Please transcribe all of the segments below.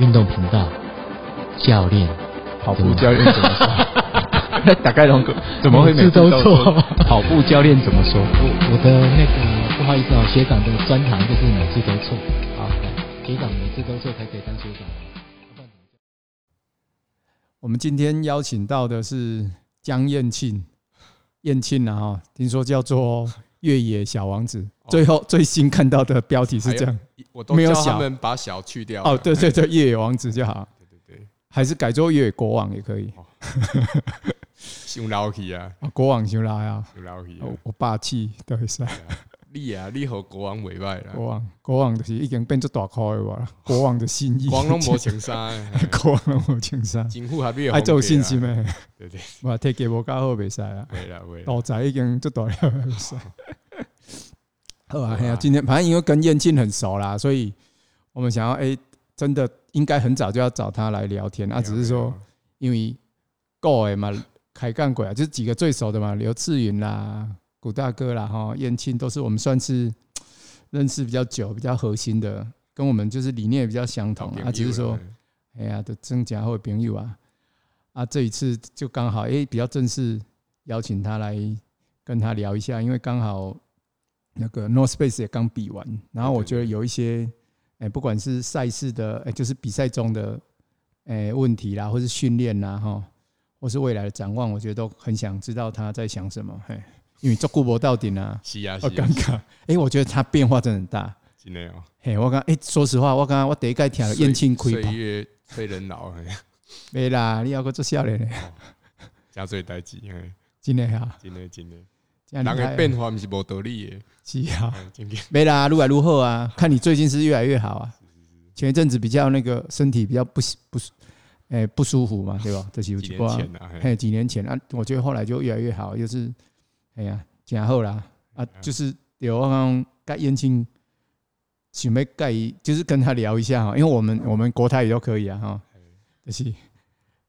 运动频道，教练跑步教练怎么 说？打开 龙哥怎么会每每次都都错说跑步教练怎么说？我我的那个不好意思哦，学长的专长就是每次都错。好，学长每次都错才可以当学长。我们今天邀请到的是江燕庆，燕庆啊，哈，听说 叫做越野小王子。哦最后最新看到的标题是这样，我都没有叫小他们把小去掉。哦，对对对，越野王子就好，对对对，哦还是改做越野国王也可以。想老去啊，啊国王就来啊，想老去啊我，我霸气都会使。你啊，你和国王袂歹啦，国王国王就是已经变做大块的我啦，国王的心意。国王拢无穿衫的， 国王拢无情商，政府合你的爱做风格信啊心，诶，对对，我体格无较好袂使啊。袂啦袂啦，老宅已经做大了， 好啊，哎呀，今天反正因为跟燕庆很熟啦，所以我们想要哎、真的应该很早就要找他来聊天啊，只是说因为够诶嘛，开干鬼啊，就是几个最熟的嘛，刘志云啦、古大哥啦、哈燕庆都是我们算是认识比较久、比较核心的，跟我们就是理念也比较相同啊，只是说。哎呀，都真假好朋友啊！啊，这一次就刚好哎、比较正式邀请他来跟他聊一下，因为刚好那个 North Space 也刚比完，然后我觉得有一些哎、不管是赛事的哎、就是比赛中的哎、问题啦，或是训练啦，哈，或是未来的展望，我觉得都很想知道他在想什么，嘿，因为做顾博到顶啊，是啊是好尴啊，尬，哎、我觉得他变化真的很大，真的哦，嘿，我刚哎、说实话，我刚刚我第一盖听了燕青岁开岁跑，月催人老，嘿 没啦，你要个做笑脸嘞。加做代志，嘿真的啊，真的真的，真人的变化毋是无道理的，啊是啊，嘿真的没啦，越来越好 啊。看你最近是越来越好啊。前一阵子比较那个身体比较不舒不舒，哎、不舒服嘛，对吧？这是有几一年挂，前啦，嘿嘿，几年前啊，我觉得后来就越来越好，就是哎呀，真好啦啊，就是有我刚跟燕青想要盖，就是跟他聊一下哈，因为我们我们国台也都可以啊哈， 就是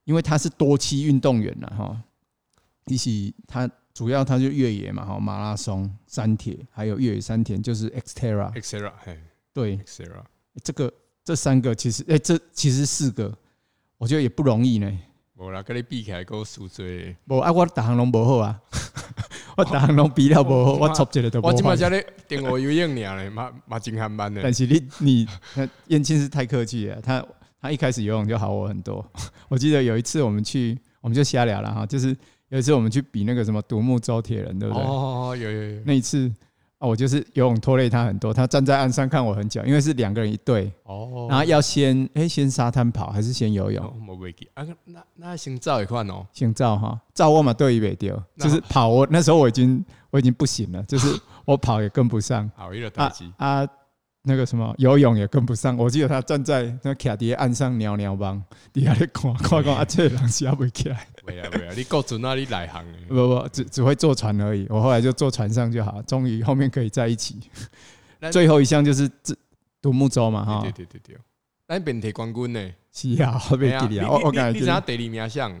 因为他是多期运动员了哈，一起他主要他就越野嘛哈，马拉松、山铁，还有越野山田，就是 Xterra， ，Xera，嘿对， ，Xera，这个这三个其实哎、这其实四个，我觉得也不容易呢。无啦，跟你比起来够输最，无啊，我逐项拢无好啊， 我逐项拢比了无好，我我插一个都我无即好摆。才咧电话游泳尔咧，嘛嘛真憨慢咧 但，是你你那燕青是太客气了，他他一开始游泳就好我很多。我记得有一次我们去，我们就瞎聊了哈，就是有一次我们去比那个什么独木舟铁人，对不对？哦，有有有，那一次啊，我就是游泳拖累他很多，他站在岸上看我很久，因为是两个人一队，哦，然后要先哎、先沙滩跑还是先游泳？哦我袂记啊，那那先走一款哦，姓赵哈，赵我嘛对一北丢，那就是跑我那时候我已经我已经不行了，就是 我跑也跟不上好，伊个代啊志，啊，那个什么游泳也跟不上。我记得他站在那卡迪岸上尿尿帮底下咧看，看看啊，这个人是也袂起来，袂啊袂啊，你够准啊，你内行 不诶。不，只只会坐船而已。我后来就坐船上就好，终于后面可以在一起那。最后一项就是这独木舟嘛哈对，对对对对，咱本体冠军呢？是啊，我哎袂呀记你得啊，我我你感你觉知影第二名像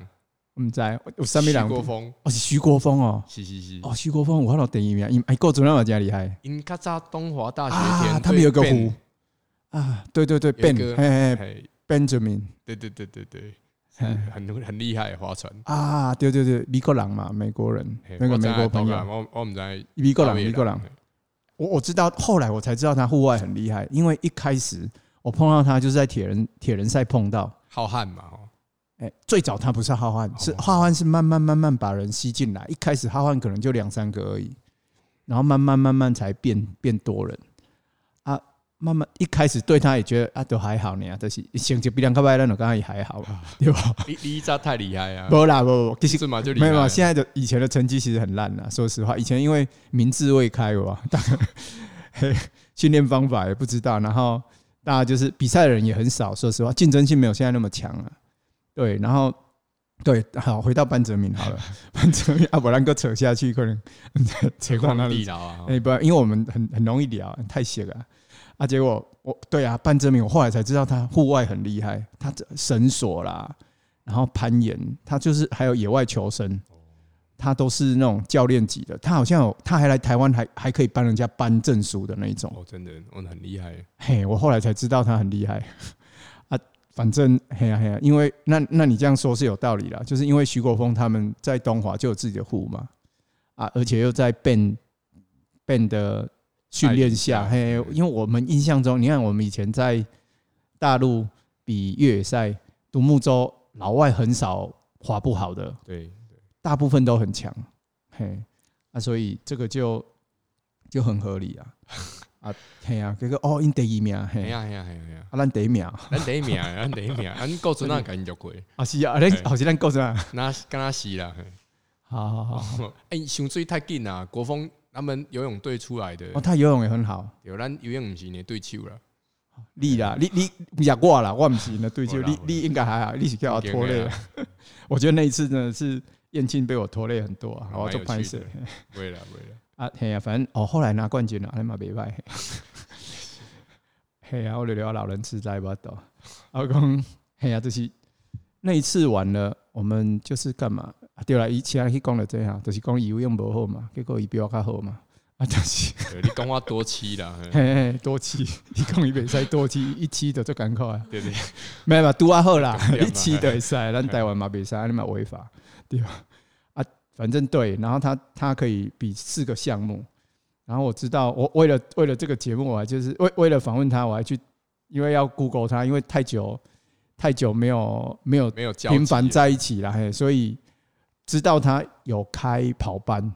我唔知道，有三米人徐国峰，嗯哦是徐国峰哦，是是是，哦徐国峰我看到第一名，因哎够准了嘛，真厉害。因较早东华大学啊，田，他们有个湖，啊，对对对有一，Ben，个嘿嘿哎， ，Benjamin 对对对对对，嗯很很厉害的划船，啊，对对对，美国人嘛，美国人嘿，那个我知美道国朋懂啊友，我我唔知道，美国人，哪位美国人嘿，我我知道，后来我才知道他户外很厉害，因为一开始我碰到他就是在铁人铁人赛碰到，浩瀚嘛，哦哎，最早他不是浩瀚，是哦浩瀚是慢慢慢慢把人吸进来，一开始浩瀚可能就两三个而已，然后慢慢慢慢才变变多人啊，慢慢一开始对他也觉得啊都还好呢，但是成绩比两个外人我刚刚也还好 嘛，对吧？ 你你早太厉害啊，不啦，不不，其实是嘛就厉没害啊有没有，了，现在的以前的成绩其实很烂啦。说实话，以前因为民智未开吧， 大家嘿训练方法也不知道，然后大家就是比赛的人也很少。说实话，竞争性没有现在那么强了、对，然后对，好，回到班哲明好了， 班哲明啊，不然哥扯下去可能嗯扯到那地里。牢啊，哎、不，因为我们很很容易聊，太闲了啊。啊，结果我对啊，半遮明，我后来才知道他户外很厉害，他这绳索啦，然后攀岩，他就是还有野外求生，他都是那种教练级的。他好像有，他还来台湾还还可以帮人家颁证书的那一种。哦哦，真的，我很厉害，嘿，我后来才知道他很厉害啊。反正嘿呀嘿呀，因为那那你这样说是有道理啦，就是因为徐国峰他们在东华就有自己的户嘛，啊，而且又在 Ben Ben 的训练下，带领嘿下，因为我们印象中，你看我们以前在大陆比越野赛，独木舟老外很少滑不好的，对，大部分都很强，嘿，啊，所以这个就就很合理啊， 啊，嘿啊，这个哦，因第一名，哎嘿，啊，呀哎呀哎呀哎呀，咱第一名，咱第一名，啊咱第一名，咱够准那赶紧就过， 啊是啊，恁嘿好是咱够啥？那跟他是啦。嘿好好好， 哎，想水太紧啦，国风他们游泳队出来的，哦，他游泳也很好，有咱游泳不是你的对手啦，你啦，你你不是我啦，我不是你的对手，我啦你我啦你应该还好，你啊是叫我拖累 应该了。我觉得那一次真的是燕庆被我拖累很多啊，蛮我就有拍趣摄的不会啦不会啦，啊，嘿啊，反正哦，后来拿冠军了，还嘛别败。 嘿啊，我聊聊老人痴呆吧都，我讲嘿啊，就是那一次完了，我们就是干嘛？啊、对了，以前去讲了这样，就是讲游泳不好嘛，结果伊比我较好嘛，啊，就是。对你讲我多气啦，嘿 嘿嘿，多期，一共一比赛多期，一期的就赶快，对对，没有拄啊好啦， 对嘛一期的赛，咱台湾嘛比赛，你嘛违法， 对吧？啊，反正对，然后他他可以比四个项目，然后我知道，我为了为了这个节目，我还就是为为了访问他，我还去，因为要 Google 他，因为太久太久没有没有没有交集啊频繁在一起了，嘿，所以知道他有开跑班，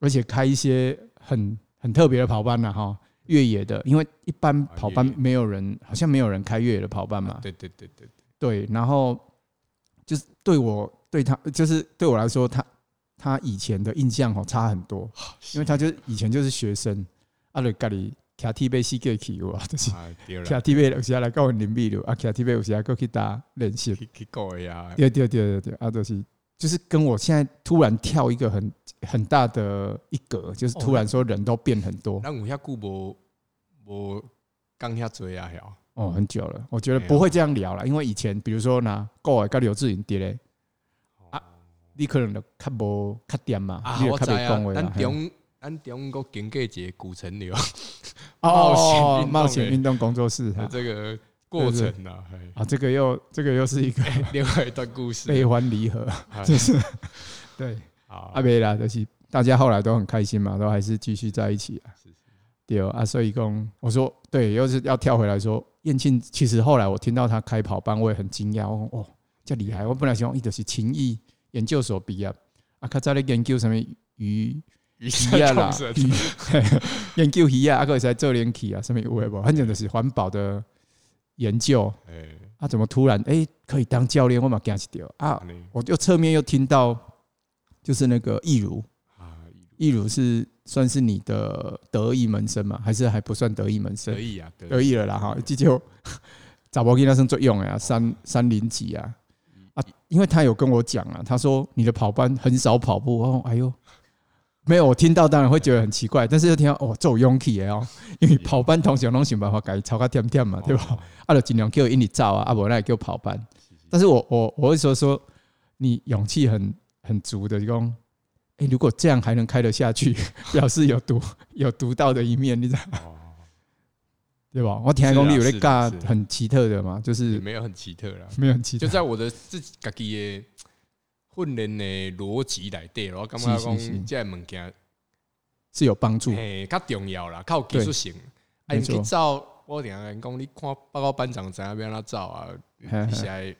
而且开一些很很特别的跑班了哈，越野的，因为一般跑班啊越野没有人，好像没有人开越野的跑班嘛，对对对对，对对，然后就是对我对他，就是对我来说，他他以前的印象哦差很多，因为他就是以前就是学生，啊，就家里卡 T 被西给起我， 就是啊对啦卡，T 被有时候来跟我林碧流，啊卡 T 被有时候还去打练习，去去过呀，对对对对对，啊，就是就是跟我现在突然跳一个很很大的一格，就是突然说人都变很多咱有遐久无无讲遐多啊，晓哦，很久了，我啊觉得不会这样聊了，因为以前比如说拿高尔跟刘志云跌嘞，啊，你可能就较无较点嘛，哦啊，你我就知较袂啊讲，话啦咱嘿中咱中国经过一个古城 流，冒险哦运，动冒险欸运动工作室哈这个过程啊，嘿啊，这个又这个又是一 个另外一段故事，悲欢离 合，哎就是对。好啊，，没啦，就是大家后来都很开心嘛，都还是继续在一起啊。对哦啊，所以讲，我说对，又是要跳回来说，燕庆其实后来我听到他开跑班，我也很惊讶，我说哦，这厉害！我本来想伊就是情谊研究所毕业，啊，较早咧研究什么鱼余鱼 啊下啦众，生鱼 研究鱼啊，啊个在做连起啊，什么有诶无，反正就是环保的研究。哎，啊，怎么突然哎、可以当教练？我嘛惊一跳啊！安尼我就侧面又听到，就是那个易如， 啊，易如是算是你的得意门生嘛，还是还不算得意门生得？意啊，得得意，意了啦哈，这就找伯给那生最用的啊，三三零几啊啊，因为他有跟我讲啊，他说你的跑班很少跑步，哦，哎呦，没有，我听到当然会觉得很奇怪，但是又听到哦，这有勇气的哦，因为跑班同学拢想办法改超个点点哦嘛，对吧？啊，就尽量叫我引你走啊，啊，无那叫我跑班。但是我我我会说说，你勇气很很足的，就讲，哎、如果这样还能开得 下去，表示有独有独到的一面，你知道吗哦？对吧？我听讲你有在是啊尬是啊是啊很奇特的嘛，就也是没有很奇特 啦，没有很奇特就，在我的自己家己的训练的逻辑内底，我感觉是讲是是这物件是有帮助。嘿较重要啦，较有技术性。啊，没因去错走，我定人讲，你看报告班长知影要安怎走啊？嘿你是来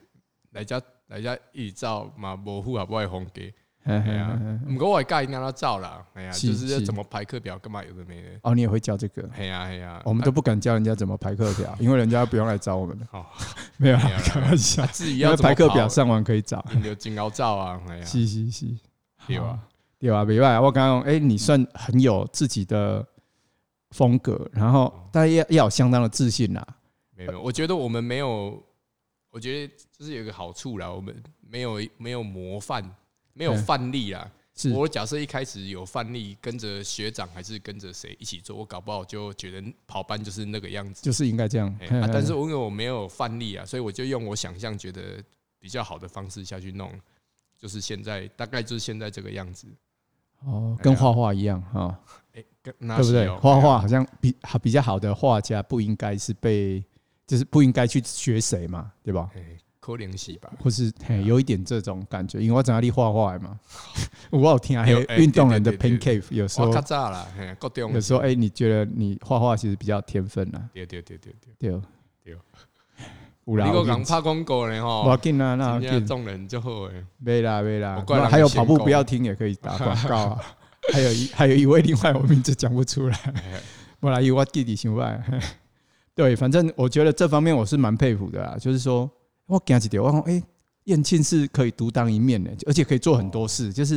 来遮来遮一直走嘛，无符合我的风格。嘿哎嘿呀嘿嘿，毋过我会教伊安怎走啦，哎呀，是就是要是怎么排课表，干嘛有的没的。哦，你也会教这个？哎呀哎呀，哦我们都不敢教人家怎么排课表，因为人家不用来找我们了。好， 没有哦没啦有啦，开玩笑啊，至于因要为怎么排课跑表，上网可以找。引流真好走啊，哎呀，是是是，对啊吧好？对吧？没办法，我刚刚哎，你算很有自己的风格，然后哦但要要有相当的自信啦。没有没有，我觉得我们没有，我觉得就是有一个好处啦，我们没有没有模范，没有嗯范例啦。是我假设一开始有范例，跟着学长还是跟着谁一起做，我搞不好就觉得跑班就是那个样子。就是应该这样哎。嘿啊嘿但是因为我没有范例啊，所以我就用我想象觉得比较好的方式下去弄，就是现在大概就是现在这个样子。哎哦，跟画画一样啊，哎、跟对对不对？画画好像比比较好的画家不应该是被就是不应该去学谁嘛，对吧？哎，可怜死吧，或是哎嘿，有一点这种感觉，因为我在那里画画 的嘛，我有听啊嘿有哎运动人的对 Pain 对 Cave，有时候我较早啦，嘿，各种有时候哎、你觉得你画画其实比较有天分啊啦，对对对对对，对对，有啦，你我个讲拍广告呢我要吼，进啊，那人家进众人就好诶，没啦没我啦，怪那人还有闲跑步逛不要听也可以打广告啊， 还有一还有一位另外我名字讲不出来，我来我弟弟想外， 对，反正我觉得这方面我是蛮佩服的啦，就是说我讲起点，我讲哎，燕庆是可以独当一面的，而且可以做很多事，就是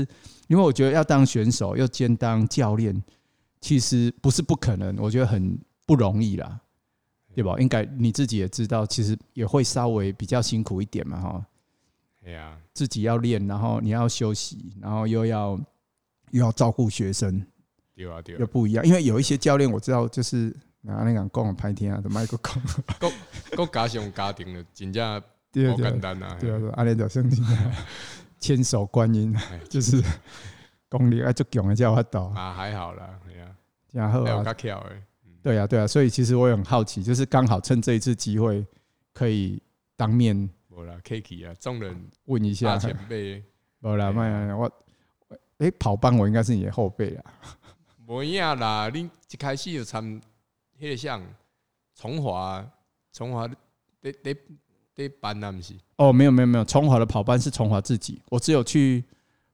因为我觉得要当选手又兼当教练，其实不是不可能，我觉得很不容易啦。对吧？应该你自己也知道，其实也会稍微比较辛苦一点嘛，哈。哎呀，自己要练，然后你要休息，然后又要又要照顾学生，对啊对又啊，不一样。因为有一些教练我知道，就是拿那个讲拍天啊，怎么一个讲，各加上家庭的，真正 对好对简对单啊，对对，阿联酋圣经 千啊手观音哎，就是功力啊，就强的叫我倒，啊还好啦，哎呀，然后还有啊，较巧诶，嗯对啊对啊，所以其实我也很好奇，就是刚好趁这一次机会，可以当面无啦，Kiki 啊，众人问一大下，前辈，不啦，慢点我。哎、跑班我应该是你的后辈啦，啊无影啦，你一开始就参迄个像从华，从华得得得办啊，毋是？哦，没有没有没有，崇华的跑班是崇华自己，我只有去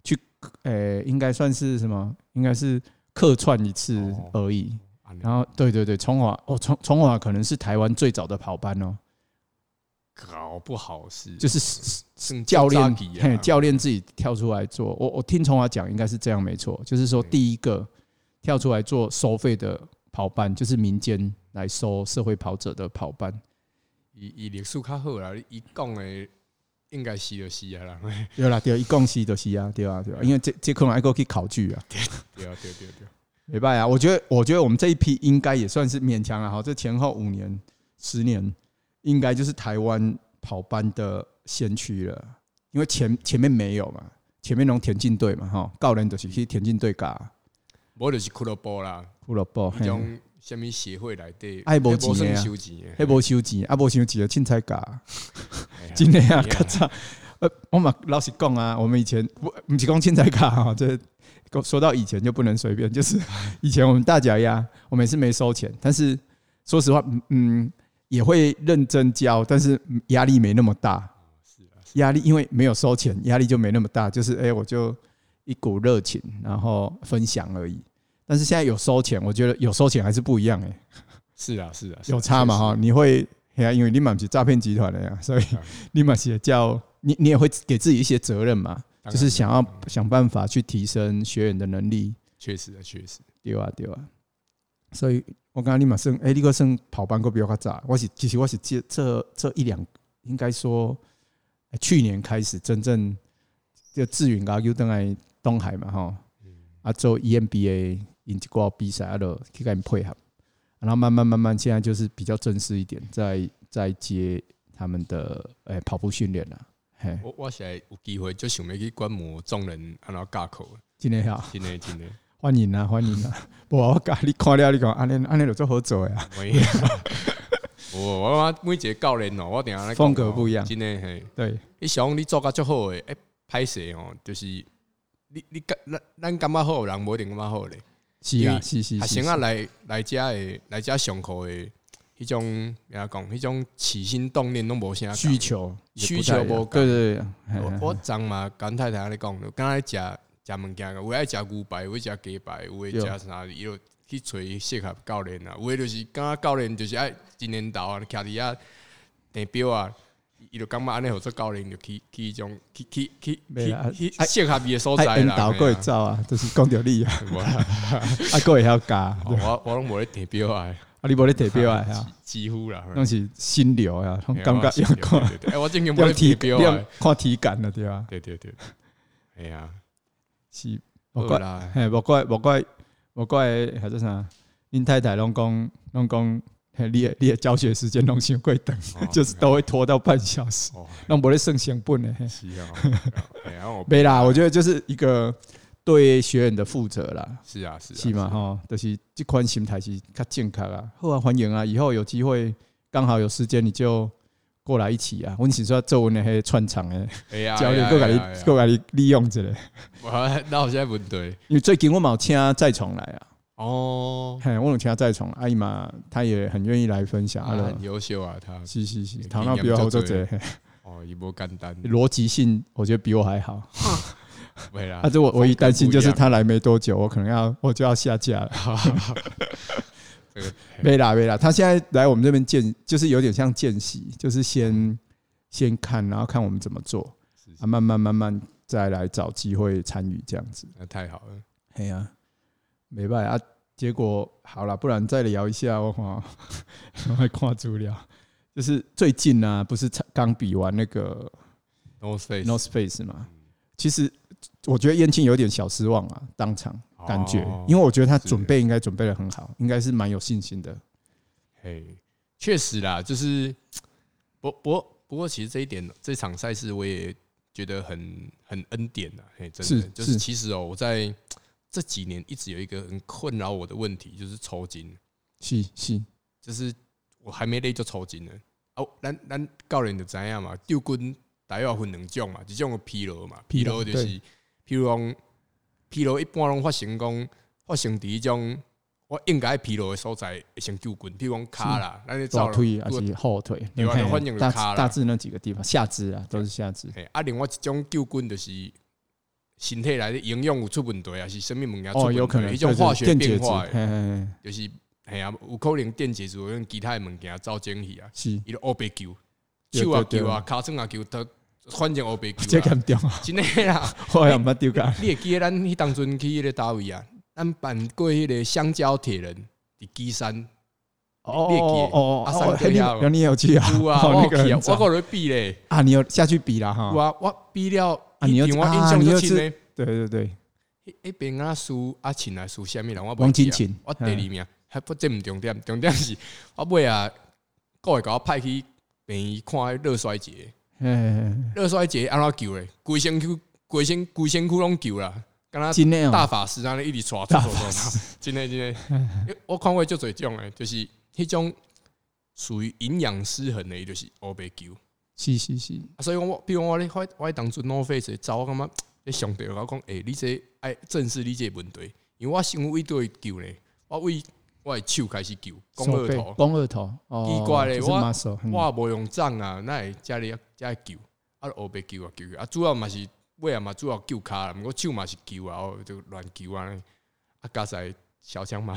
去，呃、应该算是什么？应该是客串一次哦而已。安尼然后，对对对，崇华哦，崇崇华可能是台湾最早的跑班哦，搞不好是就是是教练比嘿啊，教练自己跳出来做。我我听崇华讲，应该是这样没错，就是说嗯第一个跳出来做收费的跑班，就是民间来收社会跑者的跑班。伊伊历史较好啦，伊讲的应该是就是啊啦， 对啦，对，一共是都是啊，对啊，对啊，因为这这可能还够去考据啊。对啊，对啊对啊对啊，没办法，我觉得，我觉得我们这一批应该也算是勉强了哈。这前后五年、十年，应该就是台湾跑班的先驱了，因为前前面没有嘛，前面拢田径队嘛哈，高人就是去田径队噶，无就是俱乐部啦，俱乐部，迄嘿种什物协会内底，爱无那不钱的算啊收钱迄无收钱，啊无收钱就凊彩噶，哎呀真的啊，对较早，呃，我嘛老实讲啊，我们以前不不是讲凊彩 噶哈，哦这说到以前就不能随便，就是以前我们大脚丫，我们也是没收钱，但是说实话，嗯，也会认真教，但是嗯压力没那么哦大，啊压力因为没有收钱，压力就没那么大，就是哎、我就一股热情，然后分享而已。但是现在有收钱，我觉得有收钱还是不一样哎、是啊是啊，是啊有差嘛？哈，，你会，哎呀，因为你嘛不是诈骗集团的呀，所以啊 你嘛是叫你，你也会给自己一些责任嘛，当然就是想要当然想办法去提升学员的能力，确实啊确实，对啊，对啊。所以我刚刚你嘛算，哎、你个算跑班个比较早，我是其实我是这这这一两，应该说、哎去年开始真正就志远啊，又登来东海嘛吼，啊做 EMBA 引一个比赛啊，就去跟他们配合，然后慢慢慢慢，现在就是比较正式一点，在在接他们的哎、跑步训练啦。嘿，我我现在有机会就想要去观摩众人安怎教口，今天好，真的真的，欢迎啊，欢迎啊！无我甲你看了，你讲安尼安尼就做好做呀。没有。 哦我我我每一个教练哦，我定下来风格不一样真的嘿。对，你想你做甲足好诶，哎，歹势哦，就是你你感咱咱感觉好，人无一定感觉好咧。是因啊，为是是学是生是啊，来来遮诶，来遮上课诶，迄种要讲，迄种起心动念拢无啥需。求也需不太求一样无对对对，我嘿我昨嘛跟太太咧讲，就敢爱食食物件，有爱食牛排，有爱食鸡排，有爱对食啥，伊就去找适合教练啊。有诶就是敢若教练就是爱一年头啊，徛伫遐地表啊。伊就感觉安尼合作教练就去去迄种去去去没啦去去啊适合伊诶所在啦爱。引导嘿啊过会走啊，就是讲着你啊，无啦，啊过会晓教，啊我我拢无咧地表啊，你无咧地表啊，啊几乎啦。拢是心流啊，拢感觉要对看对对哎，我最近无要咧体地表要啊，看体感了对吧？对对对，哎呀，是，好无怪啦，嘿，无怪无怪无怪，还是啥？恁太太拢讲拢讲，嘿你的你的教学时间拢先过长，哦就是都会拖到半小时，哦，拢无咧算成本的。嘿是啊，哦哎呀，我没啦，我觉得就是一个对学员的负责啦，是啊是啊是嘛？吼，就是这款心态是较健康啊。好啊，欢迎啊，以后有机会刚好有时间，你就过来一起啊。阮是说做阮的迄串场的哎呀，教练，够够甲你够甲你利用一下。我那我现在问对因为最近我嘛有请再重来啊，哦，嘿，我有请再重，阿姨嘛，她也很愿意来分享他啊。很优秀啊，他是是是，经头脑验比我好足做多者，嘿哦，伊无简单，逻辑性我觉得比我还好。对啦啊，这我唯一担心就是啊风格他来没多久，我可能要我就要下架了。不一样，这个没啦没啦，他现在来我们这边见，就是有点像见习，就是先先看，然后看我们怎么做，啊，慢慢慢慢再来找机会参与这样子。那太好了，哎呀、没办法啊，结果好了，不然再聊一下我看， 我来看资料。就是最近呢、啊，不是才刚比完那个 no space No Space 嘛？其实我觉得燕青有点小失望啊，当场感觉，哦因为我觉得他是准备应该准备的很好，应该是蛮有信心的。嘿，确实啦，就是不不不过，其实这一点，这场赛事我也觉得很很恩典呐、嘿，真的是就是是其实哦、我在这几年一直有一个很困扰我的问题，就是抽筋，是是，就是我还没累就抽筋了。哦，咱咱教练就知影嘛，吊棍大约分两种嘛，一种有疲劳嘛，疲疲劳劳就是譬如讲疲劳一般拢发生讲发生伫迄种我应该疲劳的所在会先救棍，譬如讲骹啦，咱就走左了腿还是后腿，对啊嘿就反正就大卡了大致那几个地方，下肢啊都是下肢，嘿，啊，另外一种救棍就是身体内的营养有出问题，啊，是生命物件出问哦，题，有可能一种化学电解变质，化嘿的，嘿嘿，就是嘿啊，有可能电解质跟其他的物件造成去啊，是，伊就黑白球，对手啊对球啊，骹掌啊球，都反正黑白球这啊，敢掉 啊，真的啦， 我也毋 捌丢过，你会记得咱迄当阵去迄个单位啊，咱办过迄个香蕉铁人伫基山，你会记哦得哦啊哦三哦，哥嘿你呀有你也有去啊，有啊， 哦我那有个去啊很，我早过去比咧，啊，你有下去比了有哈，啊，我比了，啊你又我印啊象你最又深是的。对对对，迄迄边啊输啊琴啊输虾米人，我王忘记金啊，琴，嗯我第二名，还不这毋重点，重点是我尾啊，各会甲我派去病院看迄热衰竭，嗯，热衰竭安怎救咧？规身躯、规身、规身躯拢救啦，敢若今天大哦，法师安尼一直抓大抓抓抓，真诶真诶，因为我看过足侪种诶，就是迄种属于营养失衡的，伊就是乌白球。是是是，啊所以讲我，比如讲我咧，我我当初 No Face 走，我感觉你上对我讲，诶、欸，你这爱正视你这个问题，因为我先为对救咧，我为我的手开始救，讲手二背头，肱二头，哦，奇怪嘞就是我 muscle，嗯我也无用杖啊，那会家里家救，啊，后白救啊救啊，主要嘛是尾啊嘛主要救骹啦，毋过手嘛是救啊，哦，就乱救啊，啊，加在小强嘛，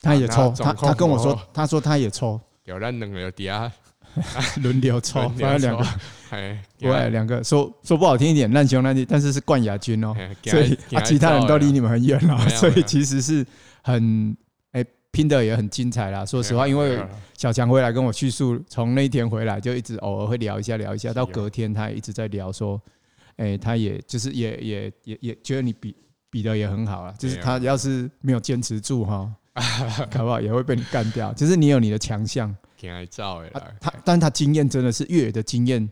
他也抽，那哦他他跟我状说况，他说他也抽， 有咱两个伫啊遐，轮流抽，轮反流正两个抽。哎，不会，两个说说不好听一点，烂兄烂弟，但是是冠亚军哦，哎 所以怕啊，其他人都离怕你们很远没了，有 所没以有其实是很哎、拼的也很精彩啦。说实啊话，因没为有小强回来跟我叙述，从那一天回来就一直偶尔会聊一下聊一下，到隔天他也一直在聊说，哎，他也就是也也也也觉得你比比的也很好啊，就是对啊他要是没有坚持住哈，搞不好也会被你干掉。就是你有你的强项，惊走诶啊啦，他，但他经验真的是越野的经验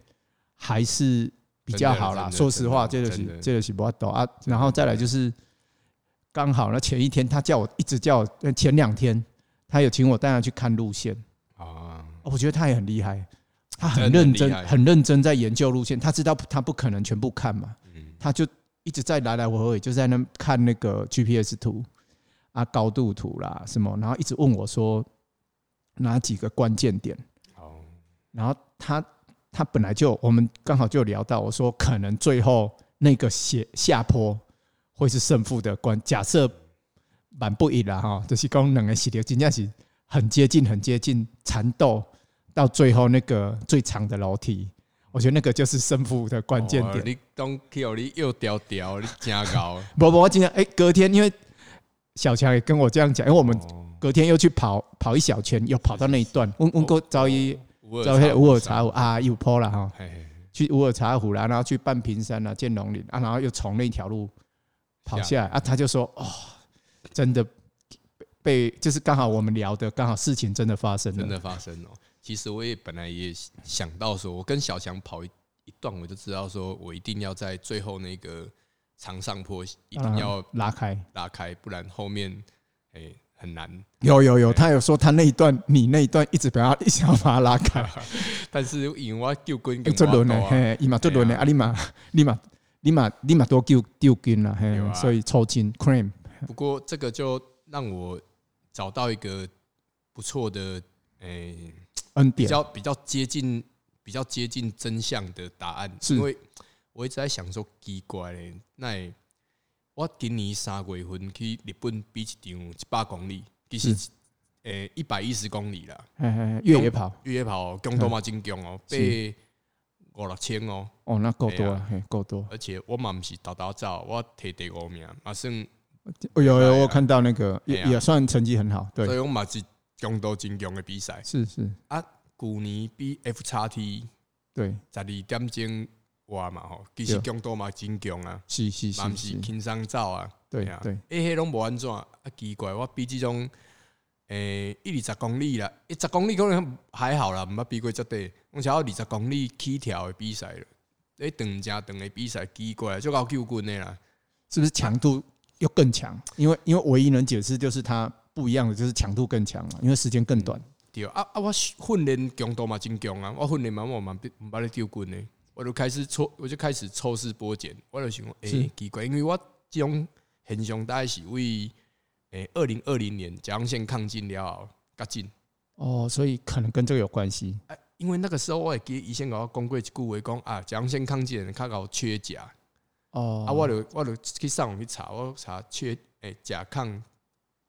还是比较好啦。真的说实话，真这个的是真的这个是不懂啊。然后再来就是刚好那前一天他叫我一直叫我，呃前两天他有请我带他去看路线，啊。哦我觉得他也很厉害，他很真的很认厉真害很认真在研究路线，他知道他不可能全部看嘛，嗯他就一直在来来回回，就在那看那个 GPS 图啊、高度图啦什么，然后一直问我说哪几个关键点。好，然后他他本来就我们刚好就聊到，我说可能最后那个斜下坡会是胜负的关，假设蛮不一啦哈，就是讲两个系列真正是很接近很接近缠斗，到最后那个最长的楼梯，我觉得那个就是胜负的关键哦点。你当去互你又调调，你真 高。不不，我今天哎隔天因为小强也跟我这样讲，因为我我们隔天又去跑跑一小圈，又跑到那一段，我我哥找一五找黑乌尔茶壶啊又坡了哈。嘿嘿去乌尔察湖啦，然后去半屏山啊、建龙岭啊，然后又从那条路跑下来啊，他就说哦，真的被就是刚好我们聊的，刚好事情真的发生真了，的发生哦。其实我也本来也想到说，我跟小强跑一一段，我就知道说我一定要在最后那个长上坡一定要拉开，拉开，不然后面哎很难。有有有，他有说他那一段，你那一段一直把他一直要把他 拉开，但是因为我救棍欸这轮呢，嘿，伊嘛这轮呢，啊，你嘛， 你嘛，你嘛，你嘛多丢丢筋了，嘿对啊，所以抽筋 cream 不过这个就让我找到一个不错的，诶、恩比典，较比较接近比较接近真相的答案。是因为我一直在想说，奇怪嘞，那我今年三月份去日本比一场一百公里，其实诶一百一十公里啦，嘿嘿，越野跑，越野跑强度嘛真强哦，被五六千哦，哦，那够多哎了呀，嘿，够多，而且我嘛不是倒倒走，我摕第五名，嘛算，有有，哎呀我看到那个也哎呀也算成绩很好，所对，以我嘛是强度真强的比赛。是是，去年比 F 叉 T 对，十二点钟外嘛吼，其实对强度嘛真强啊。是是嘛是毋是是，轻松走啊。对嘿啊对，诶，迄拢无安怎啊？奇怪，我比即种诶一二十公里啦，一十公里可能还好啦，毋捌比过遮短。我想要二十公里起跳的比赛了，诶，长诚长的比赛奇怪，就搞救棍的啦。是不是强度又更强？因为因为唯一能解释就是它不一样的，就是强度更强嘛，因为时间更短，对啊啊，我训练强度嘛真强啊，我训练嘛我嘛毋捌咧丢棍的，我就开始抽，我就开始抽丝剥茧，我就想讲，诶、是奇怪，因为我即种现象大概是为诶二零二零年甲状腺亢进了后，较进。嗯哦，所以可能跟这个有关系，啊，因为那个时候我会记得医生甲我讲过一句话，讲啊，甲状腺亢进的人较搞缺钾，哦，啊，我就我就去上网去查，我查缺诶甲亢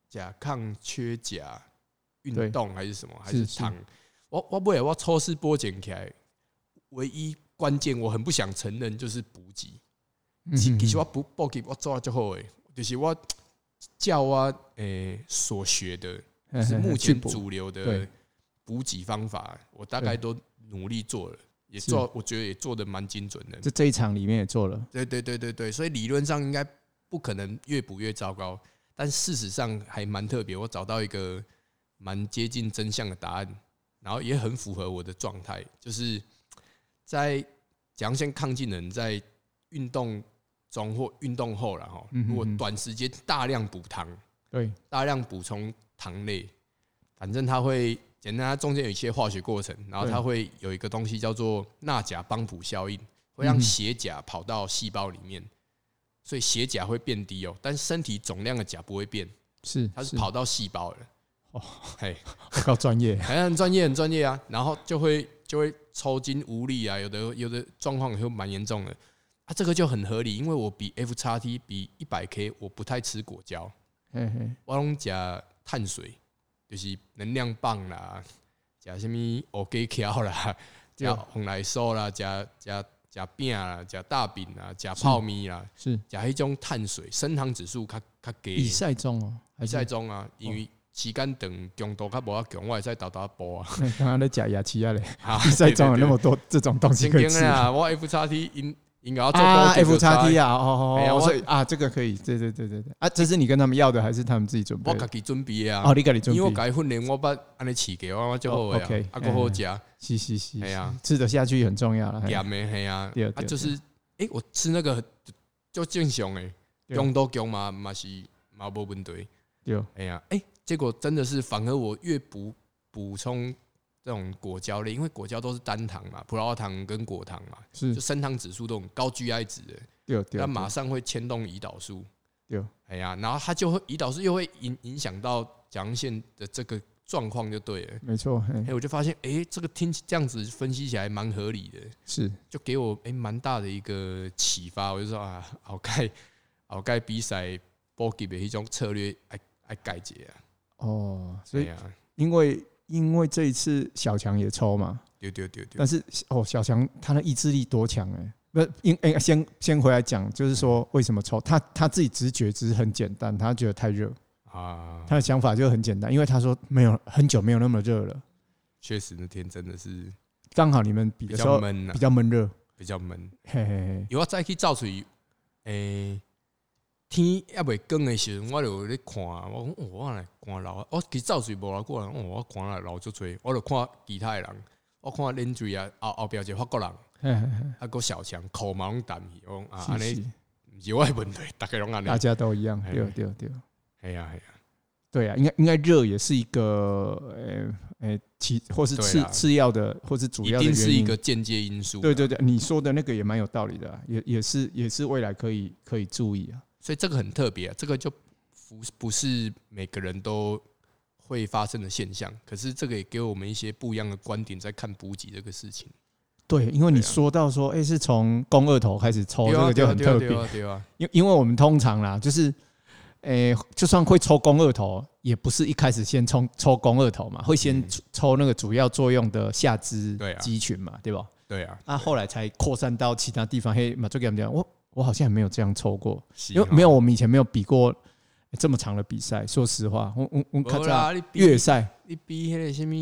甲亢缺钾对运动还是什么，还是是是糖。我我不会，我抽丝剥茧起来，唯一关键我很不想承认就是补给。其嗯其实我不补给，我做啊就好诶，就是我照我诶所学的，嘿嘿是嘿目去前补主流的对补给方法，我大概都努力做了，也是做，我觉得也做的蛮精准的。这这一场里面也做了，对对对对对，所以理论上应该不可能越补越糟糕，但事实上还蛮特别，我找到一个蛮接近真相的答案，然后也很符合我的状态，就是在甲状腺亢进的人在运动中或运动后然后嗯哼如果哼短时间大量补糖，对，大量补充糖类，反正它会简单，它中间有一些化学过程，然后对它会有一个东西叫做钠钾帮浦效应，会让嗯血钾跑到细胞里面，所以血钾会变低哦，但是身体总量的钾不会变，是它是跑到细胞了。哦哦，嘿，我靠专业，还很专业，很专业啊，然后就会就会抽筋无力啊，有的有的状况也会蛮严重的。啊，这个就很合理，因为我比 F 叉 T 比一百 K，我不太吃果胶，嘿嘿，我拢食碳水，就是能量棒啦，食什物乌鸡条啦， 对食红来酥啦，食食食饼啦，食大饼啦，食泡面啦，是食迄种碳水，升糖指数较较低比。赛中哦，还比是赛中啊，因为时间长，强度较无啊强，我会使豆豆步 啊。嘿刚刚在讲牙齿 啊嘞，啊比赛中有 那么多这种东西神可以经吃的啊，我 F 叉 T 应应该要做啊，F 叉 T 啊，啊，哦哎呀哦，我所以啊，这个可以，对对对对对，啊，这是你跟他们要的，还是他们自己准备我家的？己准备的啊哦，。你给你准因为我备，家己训练，我捌安尼饲过，我我足好哦诶，OK，啊，啊够好食。是是是，哎呀是吃得下去很重要了，嘿咸的嘿啊哎对，啊对就是诶、我吃那个就正常诶，对强都强嘛嘛是嘛无问题，对，哎呀诶，结果真的是反而我越补补充这种果胶类，因为果胶都是单糖嘛，葡萄糖跟果糖嘛，是就，升糖指数都很高 GI 值的，对嗯对，那对马上会牵动胰岛素，对，哎呀，然后它就会胰岛素又会影影响到甲状腺的这个状况就对了，没错，嘿哎，我就发现诶，这个听起这样子分析起来蛮合理的。是就给我诶蛮、大的一个启发，我就说啊，好盖好盖比赛波给的一种策略，爱爱改解啊，哦，所对以呀、啊，因为因为这一次小强也抽嘛，对对对对，但是哦，小强他的意志力多强哎、不是，因哎、先先回来讲，就是哎说为什么抽他他自己直觉只是很简单，他觉得太热，啊，他的想法就很简单，因为他说没有很久没有那么热了，确实那天真的是刚好你们比比的时候较闷呐、啊比较闷热，比较闷。嘿嘿嘿，有我再去照水，诶、天还未光的时候，我就咧看，我讲、哦、我来看老，啊我其实照水无老过人，哦我看来老足多，我就看其他的人，我看 l i 啊，后后壁一个法国人，嘿嘿嘿啊个小强口嘛拢淡去，我讲 啊，哎安是尼是，啊毋是我的问题，大家拢安尼大。家都一样，嘿对对对，哎呀哎呀，对啊，应该应该热也是一个呃呃其或是对次啦次要的，或是主一要的定是原一因个啊间接因素。对对对，你说的那个也蛮有道理的啊、也也是也是未来可以可以注意啊。所以这个很特别、啊，这个就不不是每个人都会发生的现象。可是这个也给我们一些不一样的观点，在看补给这个事情。对，因为你对啊说到说，哎、是从肱二头开始抽，哦这对啊个就很对啊特对别啊，对啊对啊，因因为我们通常啦，就是，诶、就算会抽肱二头，也不是一开始先抽抽肱二头嘛，会先嗯抽抽那个主要作用的下肢对啊肌群嘛，对吧？对啊，啊，后来才扩散到其他地方。嘿，马最给他们讲，我我好像也没有这样抽过，是因为哦没有我们以前没有比过这么长的比赛。说实话，我我我看没在啦你比越赛你比那个什么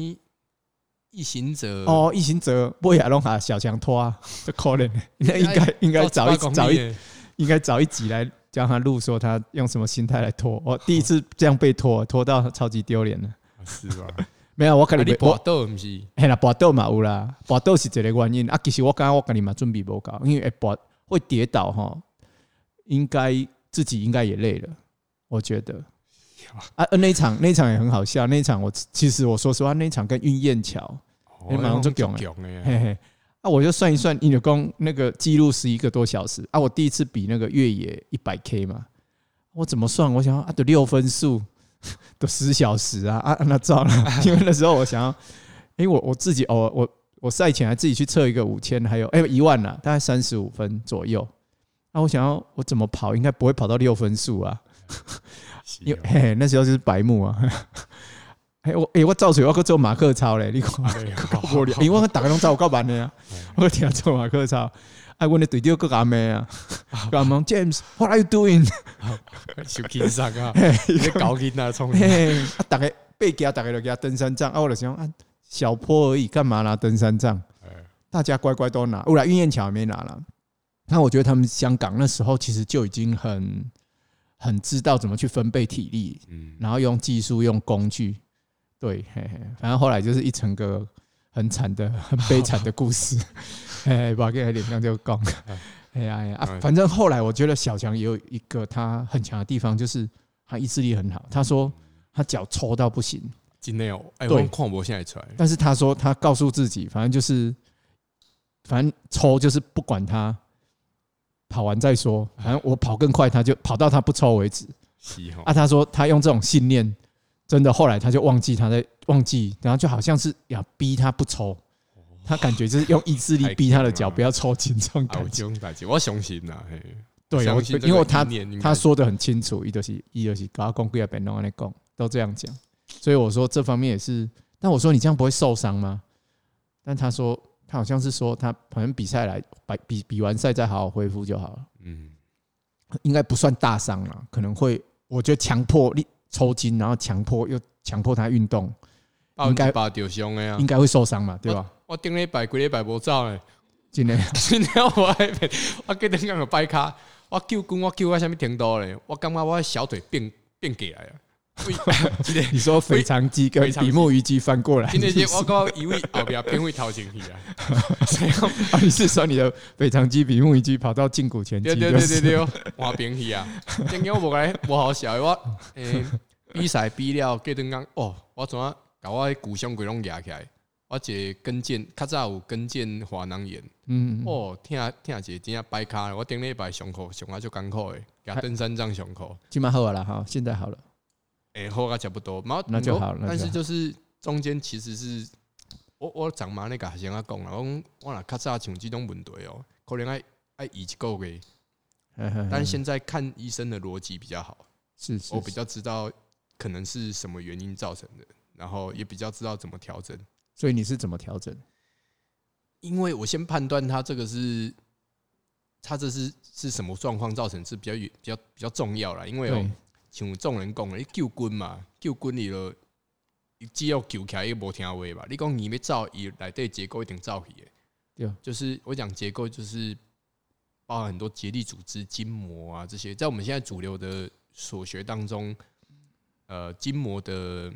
异行者，哦，疫情则不亚龙哈小强拖啊， 这可怜的，那应该应该到早一18公里早一耶应该找一集来教他录，说他用什么心态来拖。我第一次这样被拖，拖到超级丢脸的。啊是吧？没有，我 跟啊你你没搏我斗不是？ 嘿啦，搏斗嘛有啦，搏斗是一个原因啊。其实我刚刚我跟你嘛准备不够，因为会搏会跌倒哈，应该自己应该也累了，我觉得。啊，呃那一场那一场也很好笑，那一场我其实我说实话，那一场跟运燕桥，你哦马上就强了强了耶 嘿嘿，啊，我就算一算，你就讲那个记录十一个多小时啊，我第一次比那个越野一百 K 嘛，我怎么算？我想要啊，得六分数， 得十小时啊啊，啊那照了， 因为那时候我想要，诶，我我自己哦，我我赛前还自己去测一个五千，还有哎一、万啦、大概三十五分左右。啊，我想要我怎么跑，应该不会跑到六分数啊，是因为哦嘿嘿那时候就是白目啊。 哎、我哎、我照水我去做马克操嘞，你看。哎呀 无聊，因为 我大家拢走够慢的啊，我听做马克操，啊，阮的队长个阿妹啊，阿问 James，What are you doing？小轻松啊， 你在 搞紧啊，冲啊 嘿，啊，大家背夹，大家就给他登山杖，啊，我就想啊，小坡而已，干嘛拿登山杖？哎大家乖乖都拿，后来运燕桥也没拿了。那我觉得他们香港那时候其实就已经很很知道怎么去分配体力，嗯，然后用技术、用工具，对，嘿嘿，反正后来就是一整个很惨的、很悲惨的故事。 哎，把给脸上就讲，哎呀哎呀，啊哎反正后来我觉得小强也有一个他很强的地方，就是他意志力很好。他说他脚抽到不行，真的哦，哎，对我看不现在出来，但是他说他告诉自己，反正就是，反正抽就是不管他，跑完再说。反正我跑更快，他就跑到他不抽为止。是哈啊，，他说他用这种信念，真的后来他就忘记他在忘记，然后就好像是要逼他不抽，他感觉就是用意志力逼他的脚不要抽筋这种啊，有感这觉。种代志，我相信呐，嘿对，我相信这个因为他理念应该他说的很清楚，一就是一就是高公贵要别弄安尼讲，都这样讲，所以我说这方面也是。但我说你这样不会受伤吗？但他说他好像是说他反正比赛来比比比完赛再好好恢复就好了，嗯，应该不算大伤了，可能会我觉得强迫力抽筋，然后强迫又强迫他运动，百应分该之百受伤的呀应。该会受伤啊嘛，对吧？我顶礼拜、几礼拜无走 嘞，今天 今天我还被我记得刚有摆卡，我救弓我救到什么程度嘞？我感觉我的小腿变变起来 了。喂真的你说肥肠鸡跟肥肠鸡比目鱼鸡翻过来，今天你这是我搞一位后边变位头前去啊！这样啊 你是说你的肥肠鸡比目鱼鸡跑到胫骨前肌？对对对对对，换边去啊！今天我无来，无好笑的，我诶、比赛比了，隔顿讲哦，我怎啊把我的骨伤骨拢压起来，我一个跟腱较早有跟腱滑囊炎， 嗯，嗯哦，疼疼一个真正摆骹了，我顶礼拜上课上啊足艰苦的，举登山杖上 课，今晚好了啦哈，现在好了，诶、好啊差不多，嘛那就好了那就好但是就是中间其实是。我我长妈那个学生啊讲啦，我讲我若较早像即种问题哦、可能爱爱移一个月，嗯嗯嗯但是现在看医生的逻辑比较好。是是哦我比较知道可能是什么原因造成的，然后也比较知道怎么调整。所以你是怎么调整？因为我先判断他这个是，他这是是什么状况造成是比较远比较比较重要啦。因为哦对，像众人讲的，你救军嘛，救军你了，他只要救起来伊无听话吧。你讲你要走，伊内底结构一定走去的。对，就是我讲结构，就是包含很多结缔组织、筋膜啊这些，在我们现在主流的所学当中，呃，筋膜的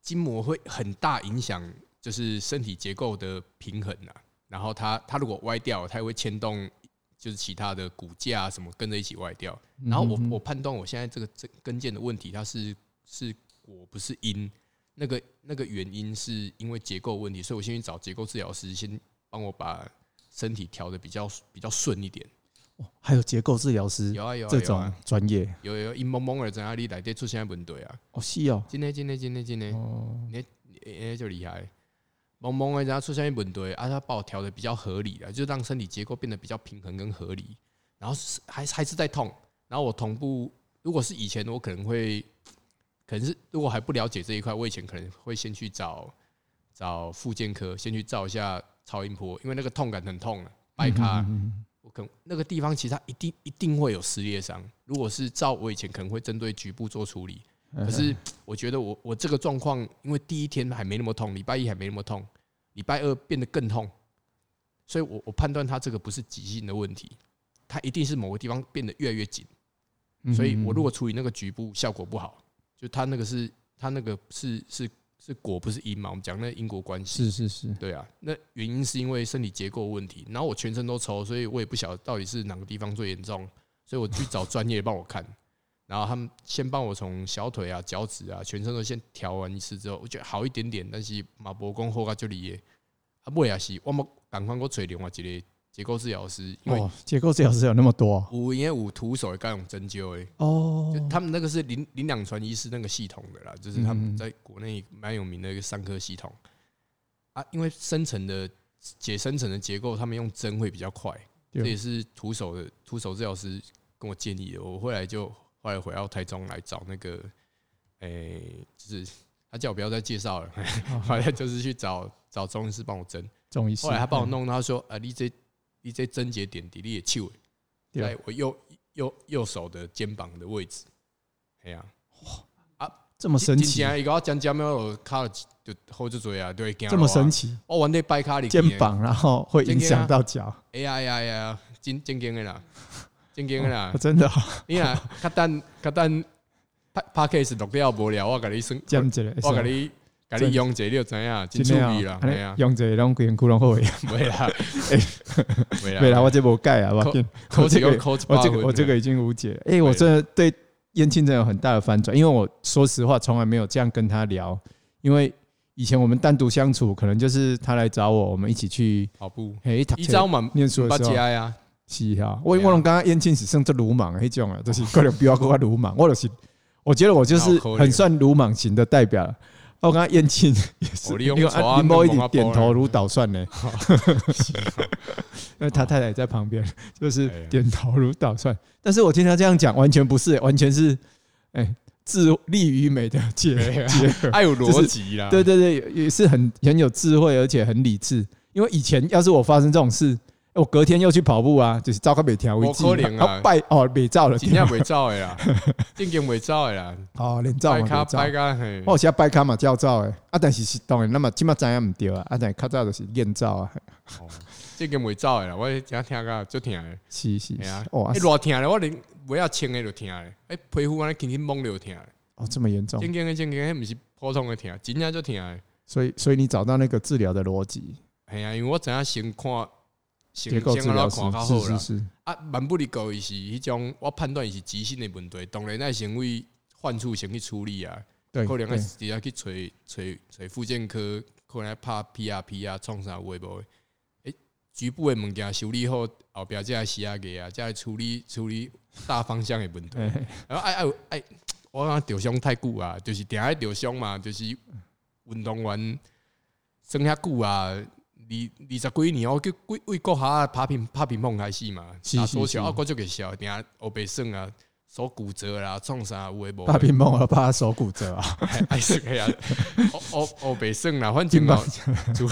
筋膜会很大影响，就是身体结构的平衡啊。然后它它如果歪掉，它也会牵动，就是其他的股价、啊、什么跟着一起外嗯掉。然后我我判断我现在这个这跟腱的问题，它是是果不是因，那个那个原因是因为结构问题，所以我先去找结构治疗师，先帮我把身体调的比较比较顺一点。哦还有结构治疗师有啊有啊这有种啊专业，有有，因懵懵的在哪里来得出现问题啊？哦，是哦，今天今天今天今天，哦，诶、就厉害。懵懵的，然后出现问题，啊，他把我调的比较合理了，就让身体结构变得比较平衡跟合理。然后是还是还是在痛，然后我同步，如果是以前我可能会，可能是如果还不了解这一块，我以前可能会先去找找复健科，先去照一下超音波，因为那个痛感很痛了、啊，嗯掰卡。我可能那个地方其实它一定一定会有撕裂伤。如果是照我以前可能会针对局部做处理，可是我觉得我我这个状况，因为第一天还没那么痛，礼拜一还没那么痛，礼拜二变得更痛，所以我我判断它这个不是急性的问题，它一定是某个地方变得越来越紧。嗯所以我如果处理那个局部效果不好，就它那个是它那个是是是果不是因嘛，我们讲那个因果关系。是是是，对啊，那原因是因为身体结构问题，然后我全身都抽，所以我也不晓得到底是哪个地方最严重，所以我去找专业帮我看，然后他们先帮我从小腿啊、脚趾啊、全身都先调完一次之后，我觉得好一点点，但是马博公后啊就离耶，啊不也是，我们赶快给我找另外一个结构治疗师，因为哦，结构治疗师有那么多哦有因为有徒手的各种针灸诶，就哦，嗯他们那个是林林两传医师那个系统的啦，就是他们在国内蛮有名的一个上科系统啊。因为深层的解深层的结构，他们用针会比较快，对这也是徒手的徒手治疗师跟我建议的。我后来就后来回到台中来找那个，诶、就是他叫我不要再介绍了，哦 后来就是去找找中医师帮我针。中医师，后来他帮我弄，他说：“啊，你这你这症结点，你也手的，对在我右右右手的肩膀的位置。”哎呀，这么神真奇，正伊我讲讲，我卡就后就做啊，对，这么神奇。奇，我玩那掰卡里肩，膀然后会影响到脚，哎呀哎呀哎呀，真真经的 啦，真经的啦哦。真的哦，你啊，较等较等，拍拍 case 录掉无聊，我甲你算，这样子啊的，我甲你甲你用者，你就知影，真真趣的味啦哦，，哎呀，用这拢规身躯 拢好呀，袂 啦，袂啦，对哎啦，我这无改啊，我见我我这这个个 我这个啊我这个已经无解了，哎，我真的对燕青真的有很大的反转，因为我说实话从来没有这样跟他聊，因为以前我们单独相处，可能就是他来找我，我们一起去跑步，哎，读一册招嘛，念书的八时候家呀，是啊，我对啊我拢刚刚燕青是算做鲁莽的迄种啊，就是 可能比我更加鲁莽，我就是我觉得我就是很算鲁莽型的代表了。我刚刚燕青也是，哦你因用为手啊阿林某一弄蒙阿点波点头了如捣 蒜呢，因为他太太在旁边， 就是哎呀点头如捣蒜。但是我听他这样讲，完全不是，完全是哎，智力与美的结哎结合。啊还有就逻是辑啦， 对对对，也是很很有智慧，而且很理智。因为以前要是我发生这种事，我隔天又去跑步啊，就是糟糕北调不一可能啊然后拜哦北照了，真正袂走的 啦，真正袂走的啦，哦连照拜嘛卡没照哦拜。卡嘿，我有时候拜卡嘛照照诶，啊但是是当然，那么今麦知影唔对啊，啊但是较早就是验照啊，真正袂走的啦，我真听个足听的，是是哎是呀，哦啊一热听的我连袂晓穿的就听的，哎皮肤安尼轻轻摸就听的，哦这么严重真，正的真正的迄毋是普通的听，真正足听的，所以所以你找到那个治疗的逻辑，嘿啊，因为我知影先看，结先构治先疗安师怎看较是好是啦，是，啊，万不离够伊是迄种，我判断伊是急性的问题，当然咱先为患处先去处理啊。对可能爱对，直接去找找找复健科，可能爱拍 PRP 啊，创啥有诶无诶？诶，局部的物件修理好，后壁才来洗啊个啊，才来处理处理大方向的问题。哎然后爱爱有爱，我讲受伤太久啊，就是定爱受伤嘛，就是运动员生遐久啊，二二十几年哦，叫为为国下拍乒拍乒乓开始嘛，是打是桌是球啊，我就给小定后背酸啊，手骨折啦，创啥有诶无的？怕乒乓，我怕他手骨折啊，爱算个呀，我我我袂算啦，反正嘛，就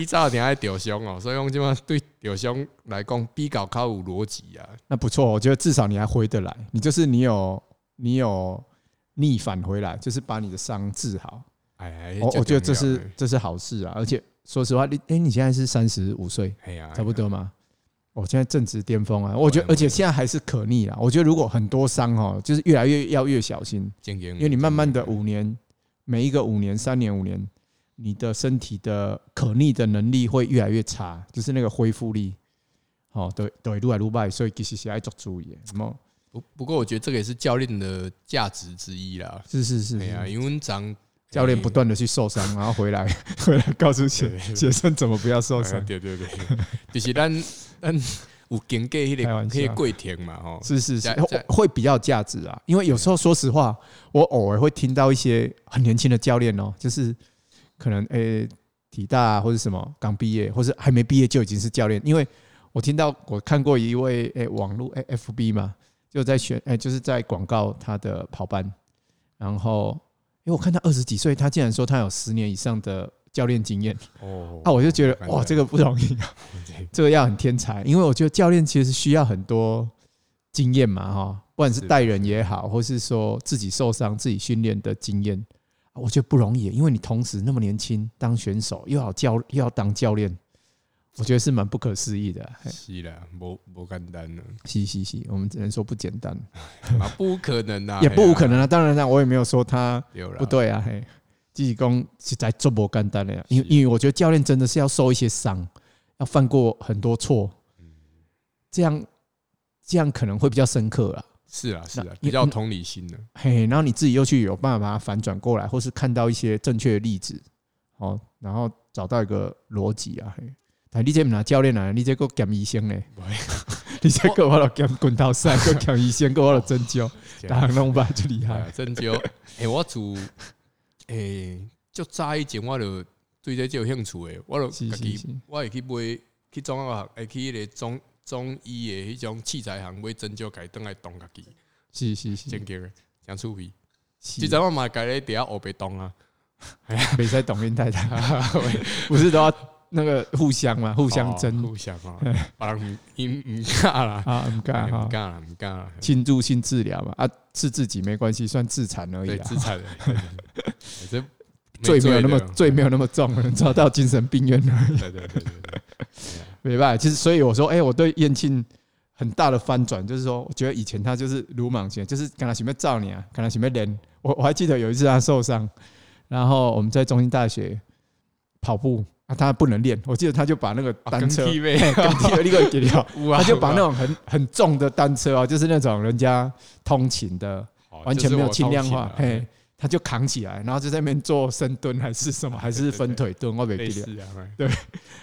伊早定爱受伤哦，所以讲即马对受伤来讲比较较有逻辑啊。那不错，我觉得至少你还回得来，你就是你有你有逆反回来，就是把你的伤治好。哎，我这我觉得这重要是这是好事啊，而且说实话，你哎、你现在是三十五岁，哎呀，差不多吗？我现在正值巅峰啊，我觉得，而且现在还是可逆啦。我觉得如果很多伤哦，就是越来越要越小心，健康，因因为你慢慢的五年，每一个五年、三年、五年，你的身体的可逆的能力会越来越差，就是那个恢复力。吼、都都会愈来愈歹，所以其实是哎爱做注意的。喏，不不过我觉得这个也是教练的价值之一啦。是是是哎呀，因为我们长教练不断的去受伤，然后回来回来告诉学对学生怎么不要受伤哎。对对对，对就是咱咱有经过迄开个玩笑迄个过程嘛吼。是是是在，会在会比较有价值啊。因为有时候说实话，我偶尔会听到一些很年轻的教练哦，就是可能诶、体大、啊、或者什么刚毕业，或是还没毕业就已经是教练。因为我听到我看过一位诶、网络诶、FB 嘛，就在选诶、就是在广告他的跑班，然后因为我看他二十几岁，他竟然说他有十年以上的教练经验，哦啊，我就觉得看哇，到这个不容易啊。这个要很天才，因为我觉得教练其实需要很多经验嘛，哈，不管是是带人也好，或是说自己受伤、自己训练的经验，啊我觉得不容易，因为你同时那么年轻，当选手又要教又要当教练，我觉得是蛮不可思议的。嘿是啦，无无简单了，是是是，我们只能说不简单，嘛不可能啦，也不嘿啦无可能啊。当然啦，我也没有说他对啦，不对啊，嘿，自己讲实在做不简单的啊，因为是因为我觉得教练真的是要受一些伤，要犯过很多错，嗯这样这样可能会比较深刻啊。是啊是那啊，比较有同理心的，嘿，然后你自己又去有办法把它反转过来，或是看到一些正确的例子，哦，然后找到一个逻辑啊。嘿，但你这不拿教练啊，你这个兼医生呢 不会？ 你这个我了兼滚刀赛， 个兼医生，个我了针灸，这样打弄吧就厉哎 害呀。针灸，诶，我自诶，足早以前我就对这就有兴趣诶，我就是家是己是，我会去买去中药学，会去迄个中中医诶迄种器材行买针灸，家己倒来动家己，是是是真，经诶，真趣味。即是阵我嘛家咧伫遐学白动啊，没在董林太太， 不是都要那个互相嘛，互互相争互相啊，别人因毋敢啦，啊，很尬毋哈，敢啦，毋敢啦，侵入性治疗嘛，啊，治自己没关系，算自残而已对，啊自，残的，对对对哎这罪没有那么的罪没有那么重，抓到精神病院了，对对对对对， 没办法。其实，所以我说，哎，我对燕庆很大的翻转，就是说，我觉得以前他就是鲁莽型，就是看他前面照你啊，看他前面人。我我还记得有一次他受伤，然后我们在中兴大学跑步啊，他不能练，我记得他就把那个单车。踢呗，嘿啊跟踢了一个给掉，有啊 他就把那有啊种很很重的单车啊，就是那种人家通勤的，哦完全没有轻量就是我化掏，钱嘿啊，他就扛起来，然后就在那边做深蹲 还是什么，还是分腿蹲，我没类记得。似啊，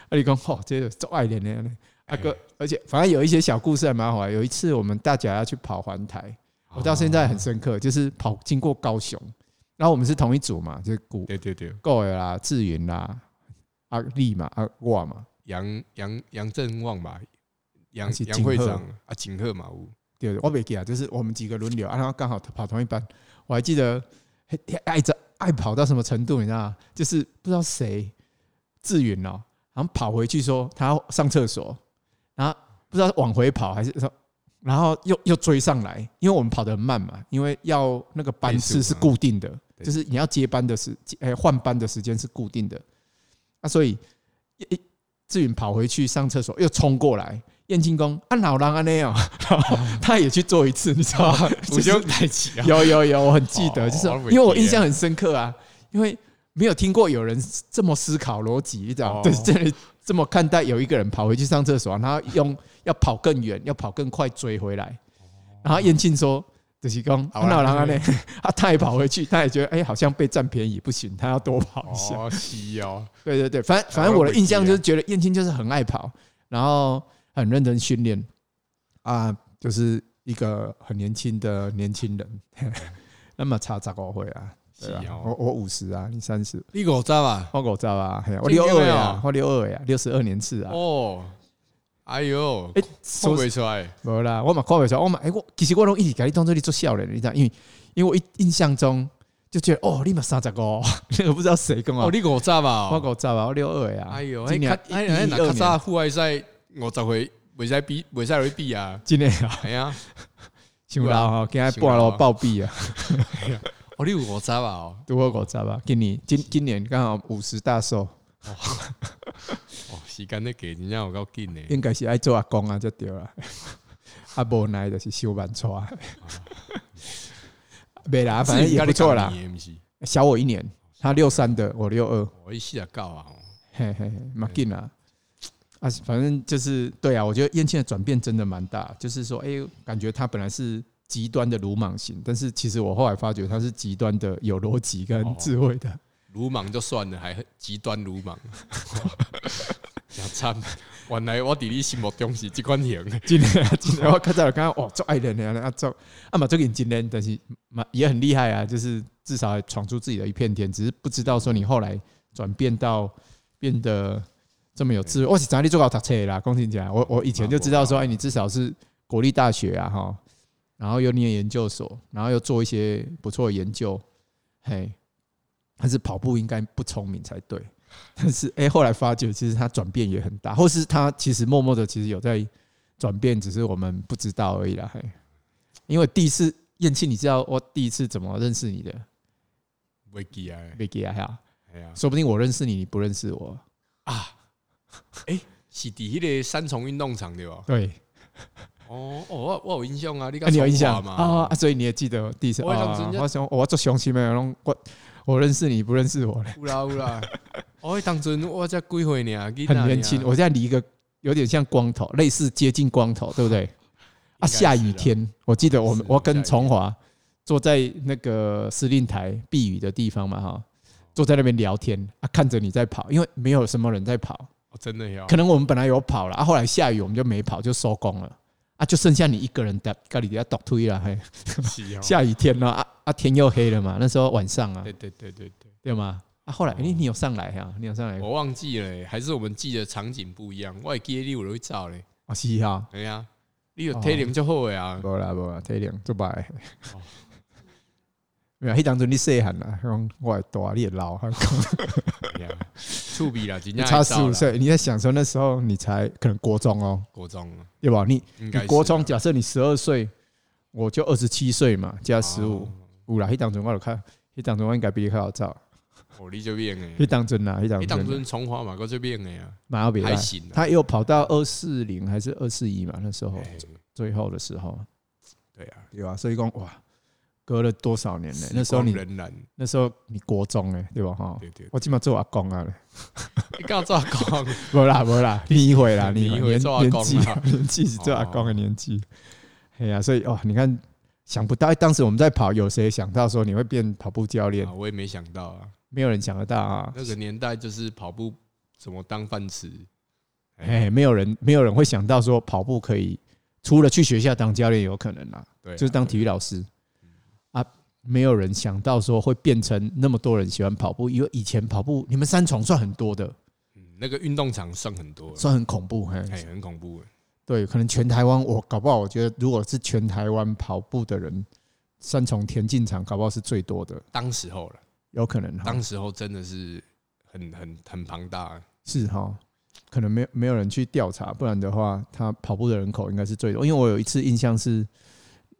啊，你讲吼，这个做爱脸的，啊哎哥，而且反正有一些小故事还蛮好玩。有一次我们大家要去跑环台，啊我到现在很深刻，就是跑经过高雄，然后我们是同一组嘛，就是古对对对，够了啦、志云啦、阿力嘛、阿挂嘛，杨杨杨振旺吧，杨还是杨景会鹤长啊，景鹤嘛有，对，我袂记啊，就是我们几个轮流，啊然后刚好跑同一班。我还记得嘿爱着爱跑到什么程度，你知道吗？就是不知道谁志远哦，然后跑回去说他要上厕所，然后不知道往回跑还是说，然后又又追上来，因为我们跑得很慢嘛，因为要那个班次倍数是嘛固定的，对就是你要接班的时，哎换班的时间是固定的，啊，所以一一志远跑回去上厕所又冲过来。燕庆公啊，老狼啊 那样，然后他也去做一次，你知道吗？我就是就抬起啊， 有有有，我很记得，哦就是我以为因为我印象很深刻啊，因为没有听过有人这么思考逻辑，你知道吗哦，对，这里这么看待有一个人跑回去上厕所，然后用要跑更远，要跑更快追回来，然后燕庆说。就是讲，哦好啊啦那有人安呢？ 啊，他也跑回去，他也觉得，哎、好像被占便宜，不行，他要多跑一下。哦是哦，对对对，反正反正我的印象就是觉得燕青就是很爱跑，然后很认真训练啊，就是一个很年轻的年轻人。 那么差十五岁啊，对是啊哦，我我五十啊，你三十，你五十啊，我五十啊，嘿啊我真六的二啊哦，我六二啊，六十二年次啊。哦，哎呦，哎，看说不出来，无啦，我嘛看袂出来，我嘛哎，我其实我拢一直甲你当做你做笑脸，你知道，因为因为我一印象中就觉得哦，你嘛三十五， 那个不知道谁讲啊哦，，你五十啊，我五十啊，我六二啊，哎呦，哎今年较哎哎，一那二较年早户外赛五十回，袂使比，袂使来比啊，今年啊。哎呀，想啦吼，今仔半路暴毙啊，哦，你有五十啊，哦， 拄好五十啊，今年今今年刚好五十大寿，哦时间咧给真正有够紧呢，应该是爱做阿公啊才对啦。 啊，无奈就是小万错，袂 啦，反正也不错啦自己跟你讲，年的，不是，小我一年，他六三的，我六二，我一四啊九啊，哦嘿嘿嘿，嘛紧啦。啊，反正就是对啊，我觉得燕青的转变真的蛮大，就是说，哎、感觉他本来是极端的鲁莽型，但是其实我后来发觉他是极端的有逻辑跟智慧的。鲁莽就算了，还很极端鲁莽， 真惨！原来我伫你心目中是这款型的，今天今天我看到了，刚刚哦，做爱人的啊，做啊嘛，做认真人，但是嘛也很厉害啊，就是至少还闯出自己的一片天，只是不知道说你后来转变到变得这么有智慧。我是哪里做到读册的啦？恭喜你啊！我我以前就知道说，哎，你至少是国立大学啊，哈，然后有你的研究所，然后又做一些不错的研究，嘿，但是跑步应该不聪明才对。但是，哎、后来发觉其实他转变也很大，或是他其实默默的其实有在转变，只是我们不知道而已啦。嘿，因为第一次燕庆，你知道我第一次怎么认识你的？袂记啊，没给啊哈，哎呀，说不定我认识你，你不认识我。是伫迄个三重运动场对吧？对，哦哦，我我有印象啊，你啊、敢你有印象嘛？啊啊，所以你也记得第一次我当时啊就我想我做雄心没有弄我我认识你不认识我嘞，有啦有啦，我迄当阵我才几岁呢，很很年轻，我现在理一个有点像光头，类似接近光头，对 不对？啊，下雨，天，我记得我们是我跟下雨崇华坐在那个司令台避雨的地方嘛，哈，坐在那边聊天啊，看着你在跑，因为没有什么人在跑，哦真的呀可，能我们本来有跑了，啊，后来下雨我们就没跑，就收工了。啊，就剩下你一个人在咖喱底下抖推了，嘿，是哦下雨天了，啊啊，天又黑了嘛，那时候晚上啊对，哦对对对对，对吗？啊，后来你你有上来啊，你有上来，我忘记了，还是我们记的场景不一样，我会记得你有在走咧，啊是哈，哎呀，你有哦体能就好诶啊，无啦无啦，体谅做白。哦 没有，迄当阵你细汉啦，讲我会大，你会老，还讲哎呀趣味啦，真你正差会十走五啦，岁，你在想说那时候你才可能国中哦，国中啊对吧？你应该你是国中，啊假设你十二岁，我就二十七岁嘛，加十五哦，有啦。迄当阵我有看，迄当阵我应该比你较好照。哦，你就变迄诶，当阵啦，迄当你当阵阵从华嘛，我就变诶啊，蛮好比还行啊，他也有跑到二四零还是二四一嘛，那时候哎最后的时候，对啊，对吧？所以讲哇，隔了多少年呢？那那时候你仍然那时候你国中哎，对吧？哈，对对，我起码做阿公啊。你刚怎讲？无啦 无啦，你一回啦，你你一回做阿年公啊哦年纪啦 年纪是做阿公的年纪。哎呀，所以哦，你看想不到，哎当时我们在跑，有谁想到说你会变跑步教练 啊？我也没想到啊，没有人想得到啊！那个年代就是跑步怎么当饭吃，哎，哎，没有人，没有人会想到说跑步可以，除了去学校当教练有可能啦，对啊，就是当体育老师啊，没有人想到说会变成那么多人喜欢跑步，因为以前跑步你们三重算很多的，嗯那个运动场算很多了，算很恐怖，嘿，哎，很恐怖，对，可能全台湾，我搞不好，我觉得如果是全台湾跑步的人，三重田径场搞不好是最多的，当时候了，有可能哈，当时候真的是很很很庞大，啊是哈，可能没有没有人去调查，不然的话，他跑步的人口应该是最多。因为我有一次印象是，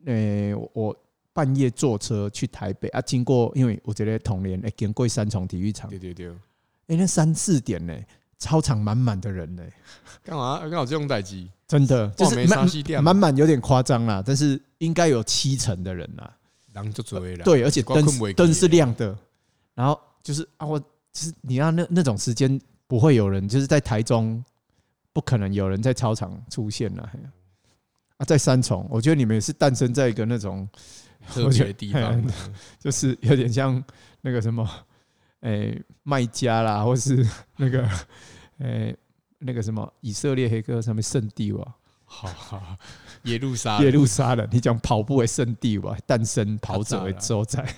呃，我我半夜坐车去台北啊，经过，因为我觉得统联哎，经过三重体育场，哎对、对对，那三四点呢、操场满满的人呢、干嘛刚好这种代机，真的就哇是没啥满戏店啊满满有点夸张啦，但是应该有七成的人啦。人就追了，对，而且我困灯不是下去灯是亮的，然后就是啊，我就是你要那那种时间不会有人，就是在台中不可能有人在操场出现了、嘿啊，在三重，我觉得你们也是诞生在一个那种特别的地方啊我觉，就是有点像那个什么，诶、卖家啦，或是那个诶、那个什么以色列黑客上面圣地哇，好好，好耶路 撒耶冷，路撒冷，你讲跑步的圣地哇，诞生跑者的所在，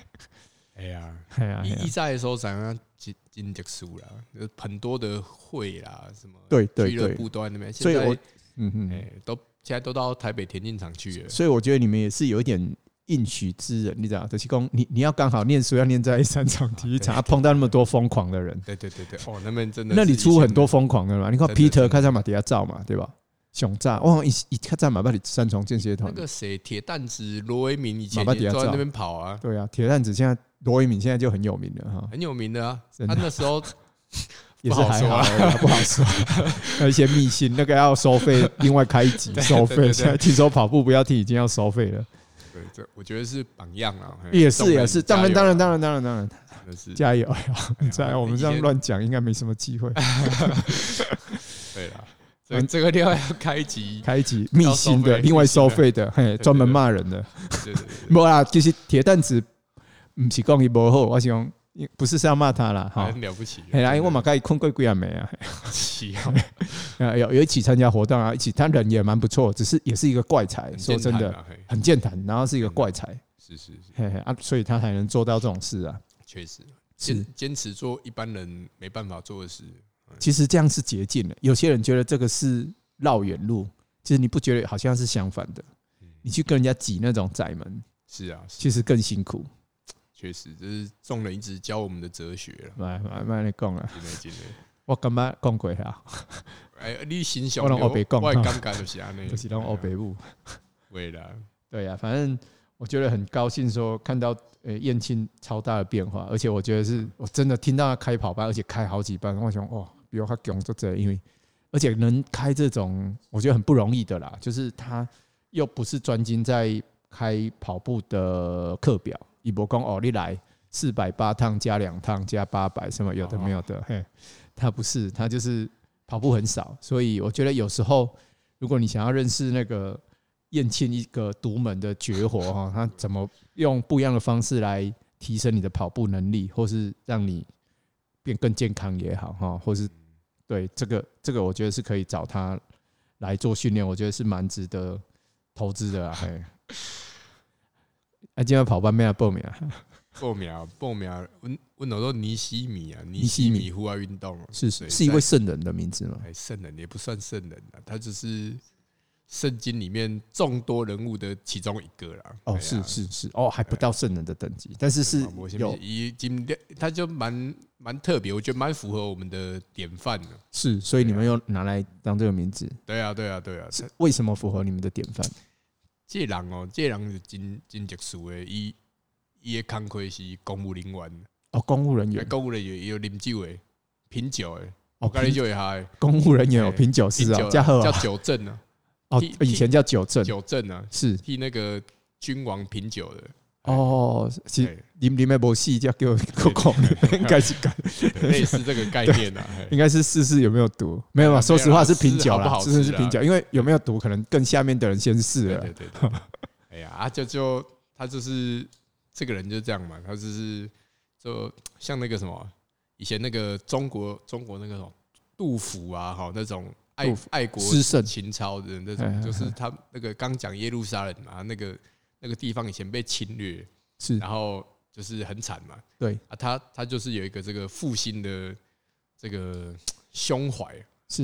哎呀，哎呀，哎呀一在的时候，咱啊真真特殊啦，有很多的会啦，什么对对俱乐对，部都在那边，所以现在我嗯哼。哎，都现在都到台北田径场 去了，所以我觉得你们也是有一点应许之人，你知道，德西公，你你要刚好念书要念在三场体育场，啊、碰到那么多疯狂的人，对对对对，哦，那边真的是那以前的，里出很多疯狂的人嘛。你看真的 Peter 真的看在马底下照嘛，对吧？熊炸，我好像一一看在马巴里三重间歇那团，个谁，铁蛋子罗维明以前马巴迪也亚都在照那边跑 啊，对啊，铁蛋子现在罗一敏现在就很有名了哈，很有名的啊。真他的那时 候也不是好还说好啊 而已啊，不好说。还有一些秘辛，那个要收费，另外开一集收对费。对现在听说跑步不要听，已经要收费了，对，这我觉得是榜样啊，嘿也是也是，当然当然，当然，然当然当然，啊真的是加油！哎呀你哎 在呀我们这以样前 乱讲，应该没什么机会。对啦。所嗯以这个另外要开一集，开一集密信的，要收费另外收费的，嘿，专门骂人的。对对对 对，无啦，其实铁蛋子唔是讲伊无好，我是讲不是是要骂他啦，哈很。了不起。啊嘿啦，因为哎我真的嘛甲伊困过几暗暝啊， 了不起啊，啊有有一起参加活动啊，一起他人也蛮不错，只是也是一个怪才，很说真健的谈啊，嗯嘿很健谈，然后是一个怪才，是是是，嘿嘿啊，所以他才能做到这种事啊。确实是坚坚持做一般人没办法做的事，其实这样是捷径的。有些人觉得这个是绕远路，其实你不觉得好像是相反的嗯？你去跟人家挤那种窄门，是啊，是其实更辛苦。确实，这是众人一直教我们的哲学了。来来来，你讲啊，真的真的，我感觉讲过啊，哎，你心想我都我黑白讲啊我的感觉就是安尼， 就是拢欧北部。对啦，对呀、反正我觉得很高兴，说看到呃燕青超大的变化，而且我觉得是我真的听到他开跑班，而且开好几班，我想哦，比我他强做这，因为而且能开这种，我觉得很不容易的啦，就是他又不是专精在开跑步的课表，以博公哦，你来四百八趟加两趟加八百什么有的没有的，嘿，他不是，他就是跑步很少，所以我觉得有时候如果你想要认识那个燕青一个独门的绝活哈，他怎么用不一样的方式来提升你的跑步能力，或是让你变更健康也好哈，或是对这个这个，我觉得是可以找他来做训练，我觉得是蛮值得投 资的啊。嘿，啊，今天跑班没来报名啊？报名报名，阮阮老说尼西米啊，尼西西米米户外运动啊是对是是一在位圣人的名字吗？哎，圣人也不算圣人啊，他只是圣经里面众多人物的其中一个啦。哎哦，是是是，哦，还不到圣人的等级，但是是啊我先有已经他就蛮蛮特别，我觉得蛮符合我们的典范的。是，所啊以你们又拿来当这个名字，对啊，对啊，对啊，是为什么符合你们的典范？这人哦，这人是真真特殊的，伊伊的工课是公务人员，哦，公务人员啊，公务人员也有啉酒的、品酒的，我哦跟你就会下的，公务人员有对品酒师品啊，酒加贺叫啊，酒政啊，哦替，以前叫酒政，酒政啊，是替那个君王品酒的。哦，其实对你们你们没戏叫给我扣空， 应该是干，类似这个概念啊。嘿应该是试试有没有毒，没有没有啊，啦说实话是品酒试好不啦，好真的是吃啊品酒，因为有没有毒可能更下面的人先试对了对，对对，对哎呀，啊就就他就是这个人就这样嘛，他就是就像那个什么，以前那个中国中国那个什么杜甫啊，哈那种爱杜甫爱国诗圣情操的那哎哎哎种，就是他那个刚讲耶路撒冷嘛，那个那个地方以前被侵略，是然后就是很惨嘛，对啊，他他就是有一个这个复兴的这个胸怀，是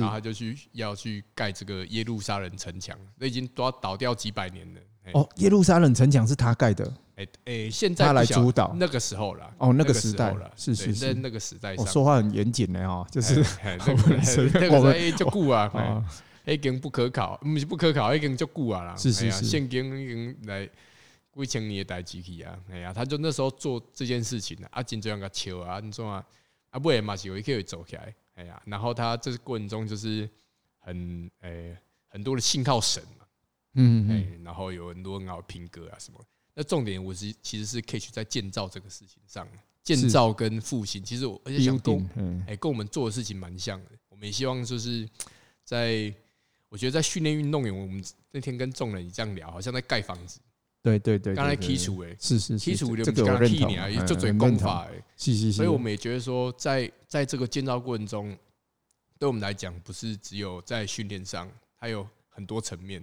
啊然后他就去要去盖这个耶路撒冷城墙，那已经都要倒掉几百年了。哎哦，耶路撒冷城墙是他盖的，哎哎，现在他来不晓主导那个时候啦，哦那那个个时代候啦，是是对是在那个时代我上，哦说话很严谨的哦，就就是那 我们随便个我我们们哎就顾啊，哎哦，已经不可考，不是不可考，已经就顾啊啦。是是哎呀是现今已经来几千年的代志去啊，哎呀，他就那时候做这件事情啊，啊，真这样个笑啊，你说啊，啊，尾嘛是有一个走起来，哎呀，然后他这过程中就是很哎很多的信号神嘛。嗯哎、嗯，然后有很多很好的拼歌啊什么。那重点我是其实是 catch 在建造这个事情上，建造跟复兴，其实我而且想跟我 building，嗯哎、跟我们做的事情蛮像的。我们也希望就是在，我觉得在训练运动员，我们那天跟众人这样聊，好像在盖房子，对对对，刚才对对基础哎。是是基是础这就个刚我刚认替同你啊，，嗯就嘴很功认同法哎，是是是，所以我们也觉得说，在在这个建造过程中，对我们来讲，不是只有在训练上，还有很多层面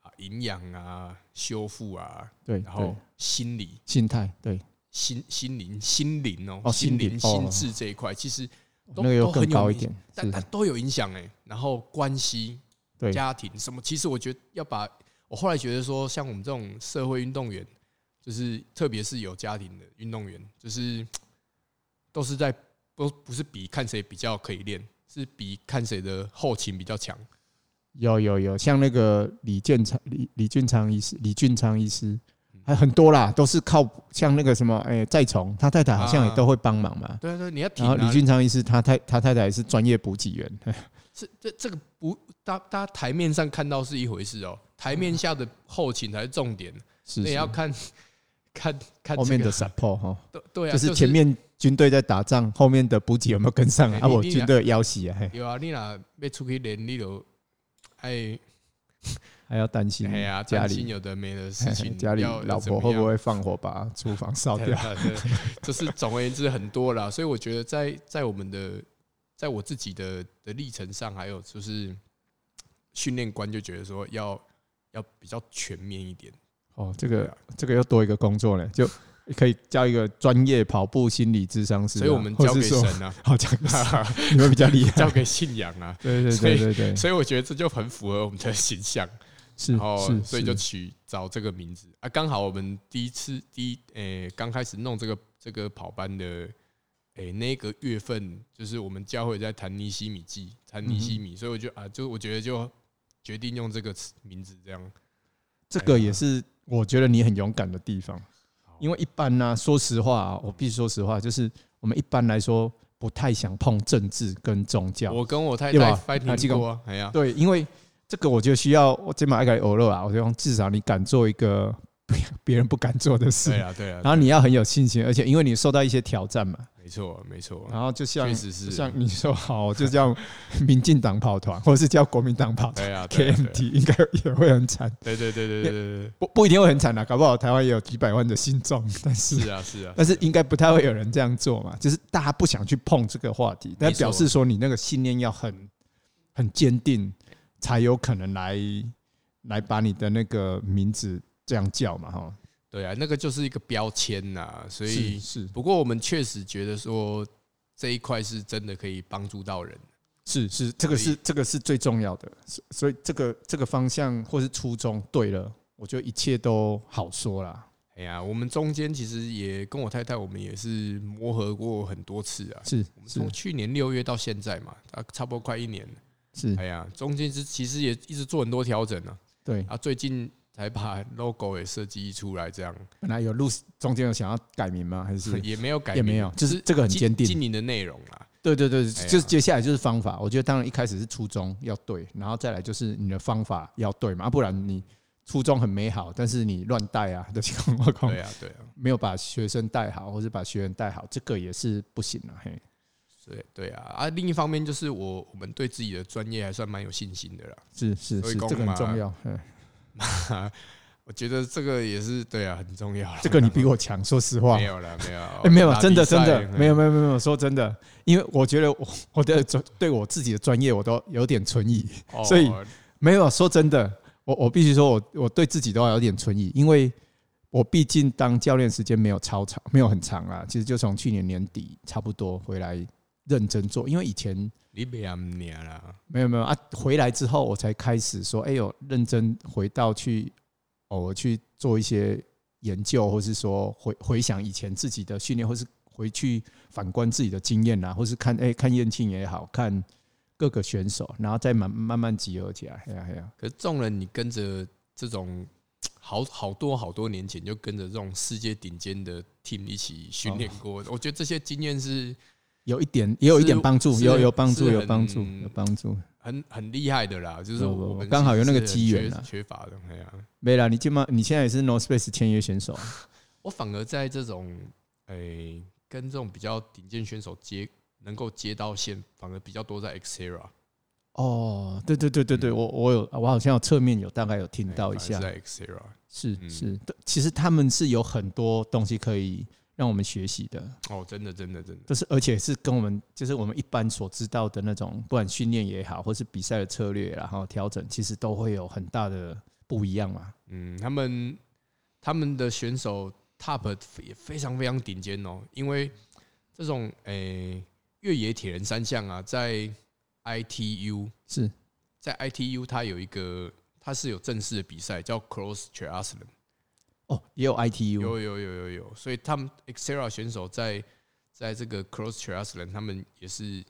啊，营养啊、修复啊，对，然后对心理、心态对，心心灵、心灵哦，哦心灵、心灵哦心智这一块，其实都那个又都很更有高一影点，但是但都有影响哎。然后关系、对家庭什么，其实我觉得要把我后来觉得说，像我们这种社会运动员，就是特别是有家庭的运动员，就是都是在都不是比看谁比较可以练，是比看谁的后勤比较强。有有有，像那个李建昌、李李俊昌医师、李俊昌医师，嗯还很多啦，都是靠像那个什么，哎、再从他太太好像也都会帮忙嘛。对啊对啊，你要挺然后啊。李俊昌医师，他太他太太也是专业补给员， 这这这个不，大大家台面上看到是一回事哦，台面下的后勤才是重点，是那是也要看看看嗯后这面的个 support 哈，对对啊，就是前面军队在打仗，后面的补给有没有跟上 哎啊？啊，我你你军队要挟啊，嘿，有啊，你若要出去练，你就爱还要担心哎呀，家担心里有的没的嘿事嘿情，家里要老婆会不会放火把厨房烧 跑掉？就是总而言之很多啦，所以我觉得在在我们的在我自己的的历程上，还有就是训练官就觉得说要要比较全面一点，哦，这个这个又多一个工作呢，就可以叫一个专业跑步心理智商师啊，所以我们或交是给说，神啊，啊好讲的，你们比较厉害， 交给信仰啊，对对所以对对 对，所以我觉得这就很符合我们的形象，是然后是，所以就是取找这个名字啊。刚好我们第一次第一诶刚开始弄这个这个跑班的诶、那个月份，就是我们教会在谈尼西米记，谈尼西米，所以我就啊，就我觉得就决定用这个词名字这样。这个也是我觉得你很勇敢的地方，因为一般呢、说实话啊、我必须说实话，就是我们一般来说不太想碰政治跟宗教，我跟我太对吧太 fighting 过啊，哎呀，对，因为这个我就需要我今晚爱改欧乐啊，我就用至少你敢做一个 别人不敢做的事对，啊，对啊，然后你要很有信心，而且因为你受到一些挑战嘛，没错，没错，然后就像确实是，像你说好，就叫 民进党跑团，或是叫国民党跑团对啊，对啊对啊 KMT，应该也会很惨，对对对对对对不不一定会很惨啦，搞不好台湾也有几百万的信众， 但对，是是啊是啊，但是应该不太会有人这样做嘛，就是大家不想去碰这个话题，但表示说你那个信念要很很坚定，才有可能来来把你的那个名字这样叫嘛，哈，对啊，那个就是一个标签呐，所以是是不过我们确实觉得说这一块是真的可以帮助到人，是是，这个所以是这个是最重要的，所所以这个这个方向或是初衷对了，我觉得一切都好说啦。哎呀，我们中间其实也跟我太太，我们也是磨合过很多次啊。是我们是从去年六月到现在嘛，啊，差不多快一年了。是，哎呀，中间是其实也一直做很多调整啊，对，啊，最近才把 logo 也设计出来，这样本来有录中间有想要改名吗？还 是也没有改也名，没有，就是这个很经坚定。经营的内容啦。对对对，哎呀就是接下来就是方法。我觉得当然一开始是初衷要对，然后再来就是你的方法要对嘛，啊不然你初衷很美好，但是你乱带啊，就是讲我讲 对啊，对啊，没有把学生带好，或是把学员带好，这个也是不行啊。嘿，对对啊。啊，另一方面就是我我们对自己的专业还算蛮有信心的啦。是是所以是，讲这个嘛很重要。 嘿我觉得这个也是对啊，很重要啦。这个你比我强，说实话没。有啦，没有啦， 哎，没有，哦打真的比赛真的嗯没有没有没有没有，说真的，因为我觉得我 我的专对我自己的专业我都有点存疑。哦所以没有，说真的，我我必须说我我对自己都有点存疑，因为我毕竟当教练时间没有超长，没有很长啊，其实就从去年年底差不多回来认真做，因为以前你别安尼啦。没有没有啊，回来之后我才开始说，哎呦，认真回到去偶尔去做一些研究，或是说回回想以前自己的训练，或是回去反观自己的经验啊，或是看哎看燕庆也好看各个选手，然后再慢慢慢集合起来，哎呀哎呀。可是众人，你跟着这种好好多好多年前就跟着这种世界顶尖的 team 一起训练哦过，我觉得这些经验是有一点，也有一点帮助，是有有帮助，是有帮助，很有帮助。很很厉害的啦。就是不不我们不刚好有那个其实是机缘缺啊缺乏的。哎呀，没啦，你今嘛，你现在也是 No Space 签约选手啊，嗯我反而在这种诶、跟这种比较顶尖选手接能够接到线，反而比较多在 Xera 哦，对对对对嗯对，我我有，我好像有侧面有大概有听哎到一反而下是，在 Xera。是嗯是，对其实他们是有很多东西可以让我们学习的，哦，真的真的真的，就是而且是跟我们就是我们一般所知道的那种，不管训练也好，或是比赛的策略啦，然后调整，其实都会有很大的不一样嘛。嗯，他们他们的选手 Top 也非常非常顶尖哦，因为这种诶越野铁人三项啊，在 ITU 是在 ITU 它有一个它是有正式的比赛叫 Cross Triathlon，哦，也有 ITU，有有有有有，所以他们 Xterra 选手在在这个 Cross Triathlon 他们也是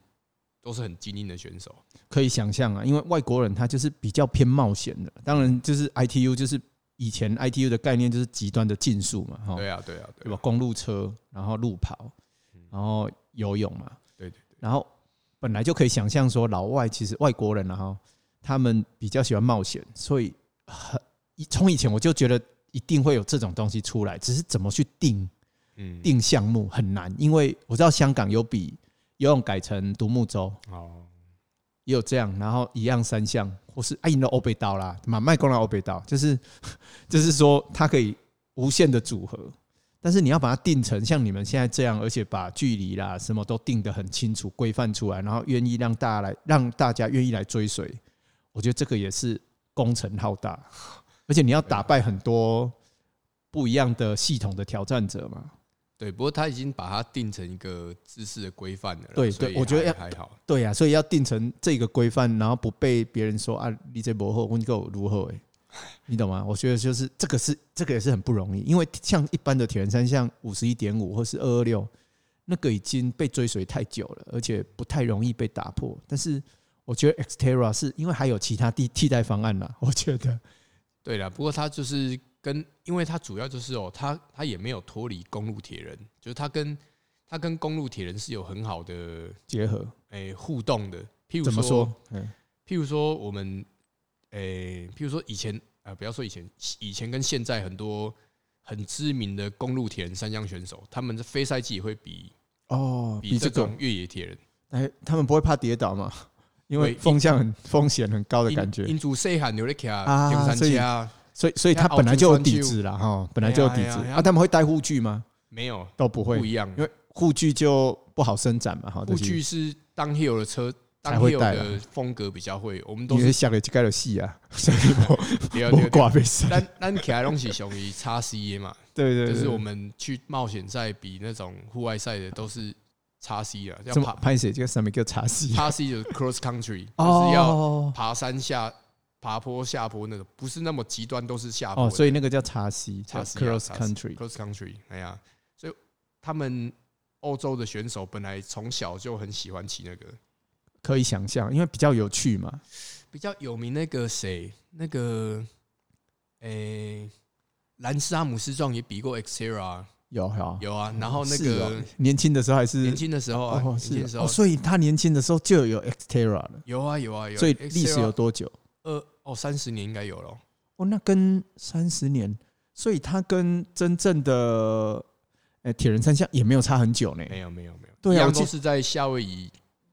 都是很精英的选手，可以想象啊，因为外国人他就是比较偏冒险的，当然就是 ITU 就是以前 ITU 的概念就是极端的竞速嘛，哈，对啊对啊哦对对吧啊？，公路车，然后路跑，然后游泳嘛，嗯对对然后本来就可以想象说老外其实外国人啊，哈，他们比较喜欢冒险，所以很一从以前我就觉得一定会有这种东西出来，只是怎么去定嗯，定项目很难，因为我知道香港有比游泳改成独木舟，哦，也有这样，然后一样三项，或是哎，你的欧贝刀啦，满麦功劳欧贝刀，就是 就是说它可以无限的组合，但是你要把它定成像你们现在这样，而且把距离啦什么都定得很清楚、规范出来，然后愿意让大家来让大家愿意来追随，我觉得这个也是工程浩大，而且你要打败很多不一样的系统的挑战者嘛。对，不过他已经把它定成一个知识的规范了啦。对所对以我觉得还要还好。对呀、所以要定成这个规范，然后不被别人说啊，你这不好，问够如何？ 哎，你懂吗？我觉得就是这个是这个也是很不容易，因为像一般的铁人三项五十一点五或是二二六，那个已经被追随太久了，而且不太容易被打破。但是我觉得 Xterra 是因为还有其他替替代方案啦， 我觉得对啦，不过他就是跟，因为他主要就是哦，他他也没有脱离公路铁人，就是他跟他跟公路铁人是有很好的结合诶、互动的。譬如怎么说说？？嗯譬如说我们诶、譬如说以前啊、呃不要说以前，以前跟现在很多很知名的公路铁人三项选手，他们的非赛季也会比哦，比比这这个种，越野铁人。哎，他们不会怕跌倒嘛？因为对风向很风险很高的因感觉，因主细汉牛力卡啊登山所以车所以所以他本来就有底子了哈，本来就有底哎呀子哎呀啊。他们会戴护具吗？没有都不不会，一样，因为护具就不好伸展嘛哈。护具是当 hill 的车，当才会 hill 带的啦风格比较会，我们都就是因为是下个就盖了 戏啊，所以我第二我第二。挂被晒。咱咱起来东西属于叉 C 的嘛，对对，对就是我们去冒险赛比那种户外赛的都是叉 C 啊，要这么爬拍写这个上面叫茶戏叉 C 就是 cross country，就是要哦爬山下爬坡下坡那种，不是那么极端，都是下坡哦，的。所以那个叫茶戏差 cross country cross country，哎呀，所以他们欧洲的选手本来从小就很喜欢骑那个，可以想象，因为比较有趣嘛。比较有名那个谁，那个，诶、兰斯阿姆斯壮也比过 Xterra，有有，有啊，然后那是个哦年轻的时候还是年轻的时候啊，哦年是轻的时哦候哦，所以他年轻的时候就有 Xterra 了，有啊有啊有啊，所以历史有 Xterra 多久？二哦三十年应该有了，哦，那跟三十年，所以他跟真正的呃铁人三项也没有差很久呢。没有没有没有，对啊一样我记都是在夏威夷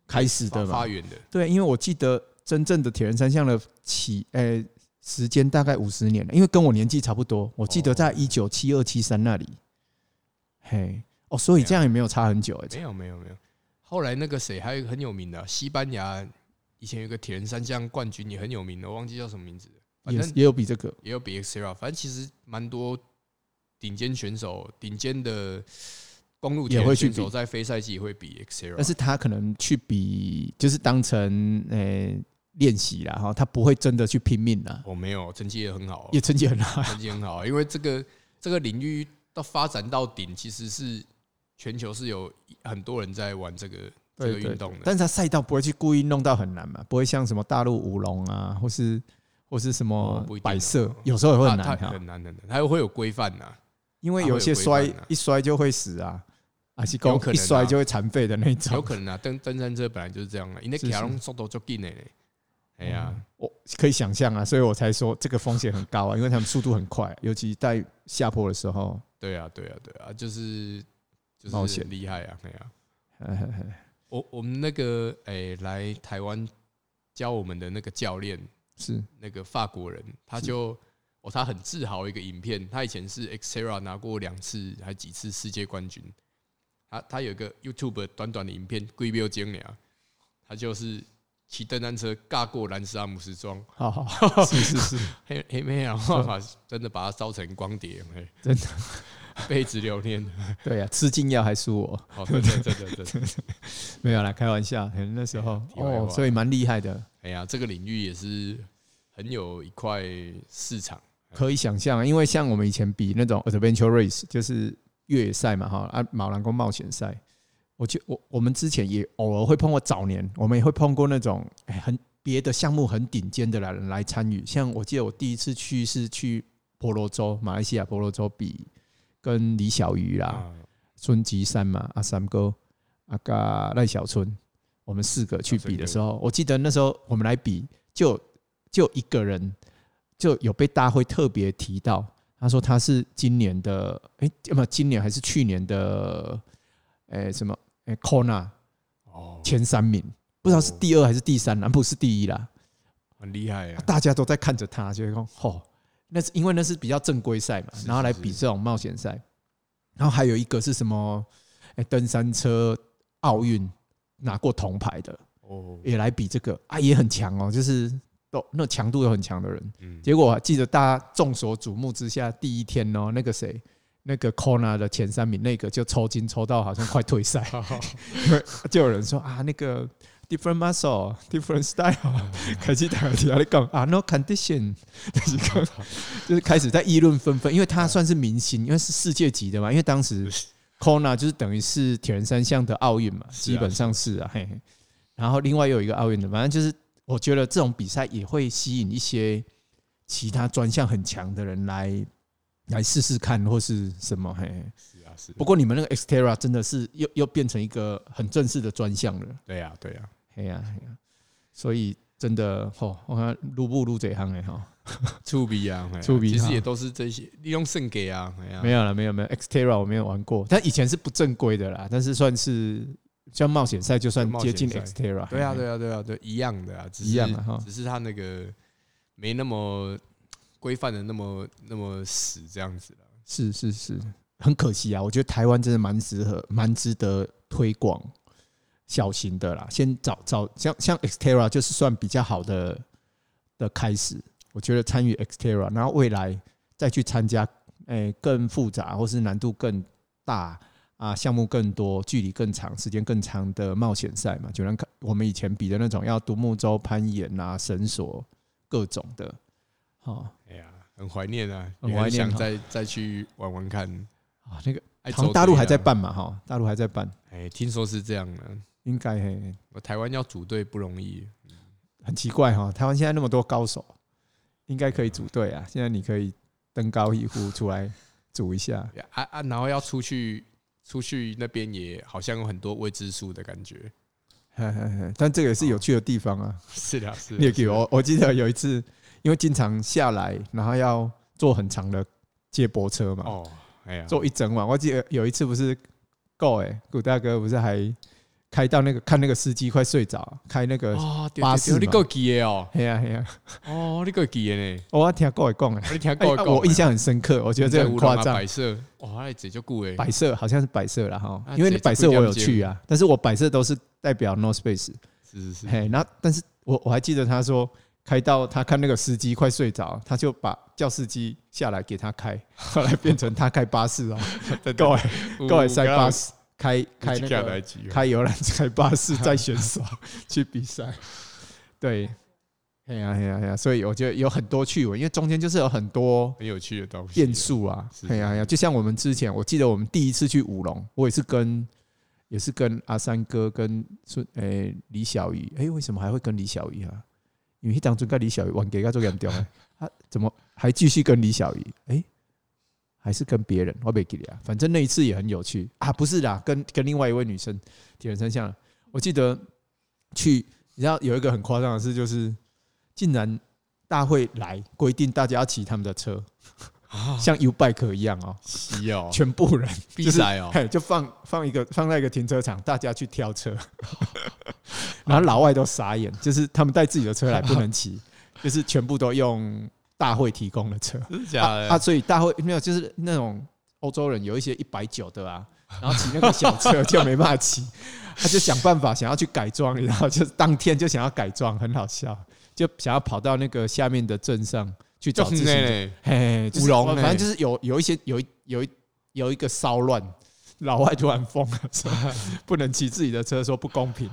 开始发的嘛发，源的，对，因为我记得真正的铁人三项的起呃时间大概五十年了，因为跟我年纪差不多，我记得在哦一九七二七三那里，嘿，哦，所以这样也没有差很久啊哎、没有没有没有。后来那个谁，还有一个很有名的啊西班牙，以前有一个铁人三项冠军也很有名的，我忘记叫什么名字了。反也正也有比这个也有比 Xterra，反正其实蛮多顶尖选手、顶尖的公路铁也人会去选比手在非赛季也会比啊 Xterra，但是他可能去比就是当成呃练习啦哈，他不会真的去拼命啦，我没有成绩也很好哦，也成绩很好。成绩很好啊，因为这个这个领域到发展到顶，其实是全球是有很多人在玩这个这个运动的。但是他赛道不会去故意弄到很难嘛，不会像什么大陆舞龙啊，或是或是什哦么不一定摆哦设，有时候也会很它难啊它哈很，难很难，它会有规范啊 呐。因为它有会些有规摔范啊一摔就会死啊，啊是讲有可能一啊摔就会残废的那种，有可能啊，登登山车本来就是这样的，你那是是嗯卡龙速度就紧的嘞。哎呀， 我可以想象啊，所以我才说这个风险很高啊，因为他们速度很快，尤其在下坡的时候， 对啊，对啊，对啊，就是就冒是险很厉害啊，哎呀、嘿嘿嘿我我们那个哎、来台湾教我们的那个教练，是那个法国人，他就哦，他很自豪一个影片，他以前是 Xterra 拿过两次还几次世界冠军，他他有一个 YouTube 短短的影片，贵标精良，他就是骑登山车尬过兰斯阿姆斯壮，好 好是是是，黑黑妹 啊，办法真的把它烧成光碟，嘿真的被一直留念。对呀、啊，吃禁药还输我，哦，真的真的真的。没有啦，开玩笑，嘿那时候 题外哦话，所以蛮厉害的。哎呀，这个领域也是很有一块市场。可以想象啊，因为像我们以前比那种 adventure race，就是越野赛嘛，哈啊，马兰宫冒险赛，我就我我们之前也偶尔会碰过，早年我们也会碰过那种、哎很别的项目很顶尖的来人来参与。像我记得我第一次去是去婆罗洲，马来西亚婆罗洲比跟李小鱼啦、啊，孙吉山嘛，阿三哥、阿嘎赖小春，我们四个去比的时候，我记得那时候我们来比，就就一个人就有被大会特别提到，他说他是今年的，哎、要么今年还是去年的，哎、什么，哎、c o n a 哦，前三名，不知道是第二还是第三啊啦，不是第一啦，很厉害啊！大家都在看着他，就会说哦，那是因为那是比较正规赛嘛是，然后来是比是这种冒险赛，然后还有一个是什么？哎，登山车奥运拿过铜牌的，哦，也来比这个啊，也很强哦，就是都那强度都很强的人。嗯，结果我还记得大家众所瞩目之下，第一天哦，那个谁，那个 Kona 的前三名，那个就抽筋抽到好像快 退赛， 就有人说啊，那个 different muscle, different style，凯西塔尔提亚在讲啊，no condition，就是 讲就是开始在议论纷纷，因为他算是明星，因为是世界级的嘛，因为当时 Kona 就是等于是铁人三项的奥运嘛，是啊基本上是啊，嘿嘿。然后另外有一个奥运的，反正就是我觉得这种比赛也会吸引一些其他专项很强的人来来试试看或是什么，嘿嘿。是啊，是啊。不过你们那个 Xterra 真的是又又变成一个很正式的专项了，对呀，对啊呀，嘿呀、嘿呀、啊所以真的吼、我看入不入这行哎哈，触笔啊，嘿啊触笔其哈实也都是这些利用肾给啊，哎呀，没有了，没有没有 Xterra 我没有玩过，但以前是不正规的啦，但是算是像冒险赛就算接近冒险赛 Xterra，对啊，对啊，啊，对啊，对，一样的啊，只是一样啊哈只是他那个没那么规范的那么那么死这样子了。是是是，很可惜啊，我觉得台湾真的蛮适合，蛮值得推广小型的啦，先找找像像 Xterra 就是算比较好的的开始，我觉得参与 Xterra，然后未来再去参加，诶、更复杂或是难度更大啊，项目更多、距离更长、时间更长的冒险赛嘛，就像看我们以前比的那种要独木舟、攀岩啊、绳索各种的，好、哦、哎呀，很怀念啊，很也怀念想哈再再去玩玩看。啊，那个哎好像大陆还在，办嘛，哈，大陆还在办，走这一样哎，听说是这样的。应该嘿，我台湾要组队不容易，很奇怪哈，台湾现在那么多高手，应该可以组队啊，现在你可以登高一呼出来组一下，啊啊，然后要出去出去那边也好像有很多未知数的感觉。嘿嘿嘿但这个也是有趣的地方啊，是的，哦是啊也的，给我，我记得有一次，因为经常下来，然后要坐很长的接驳车嘛，哦，哎呀，坐一整晚。我记得有一次不是够哎，古大哥不是还开到那个看那个司机快睡着，开那个啊，对呃巴对士对，你嘛够记的哦，嘿呀嘿呀，哦，你够记的呢，我听够哎讲哎，啊你听 哎过啊我印象很深刻，我觉得这个很夸张。摆设，哇，那这就顾哎，摆设好像是摆设了哈啊，因为这摆设我有去啊，但是我摆设都是代表 No Space，是是是，嘿，然后但是我我还记得他说开到他看那个司机快睡着，他就把叫司机下来给他开， 后来变成他开巴 士哦，各位各位塞巴士开开那个集开游览车、开巴士载选手去比 赛。对，哎呀哎呀哎呀，所以我觉得有很多趣闻，因为中间就是有很多很有趣的东西，变数啊是，哎呀哎呀，就像我们之前，我记得我们第一次去五龙，我也是跟也是跟阿三哥跟孙诶、李小鱼，诶、为什么还会跟李小鱼啊？因为当初跟李小鱼玩给他做严重 诶，他怎么还继续跟李小鱼？诶、还是跟别人，我没给你啊。反正那一次也很有趣啊，不是啦，跟跟另外一位女生铁人三项，我记得去，你知道有一个很夸张的事，就是竟然大会来规定大家要骑他们的车，啊，像 U bike 一样哦，西 哦，全部人比赛哦，嘿就放放一个放在一个停车场，大家去 挑车，然后老外都傻眼，就是他们带自己的车来不 能骑，就是全部都用大会提供的车真的假啊，的？所以大会没有就是那种欧洲人有一些一百九 的啊，然后骑那个小车就没办法骑，他就想办法想要去改装，然后就是当天就想要改装，很好笑，就想要跑到那个下面的镇上去找自是行车。呢，嘿，就是乌龙反欸正就是有有一些有一有一有一个骚乱，老外突然疯了， 说不能骑自己的车，说不公平。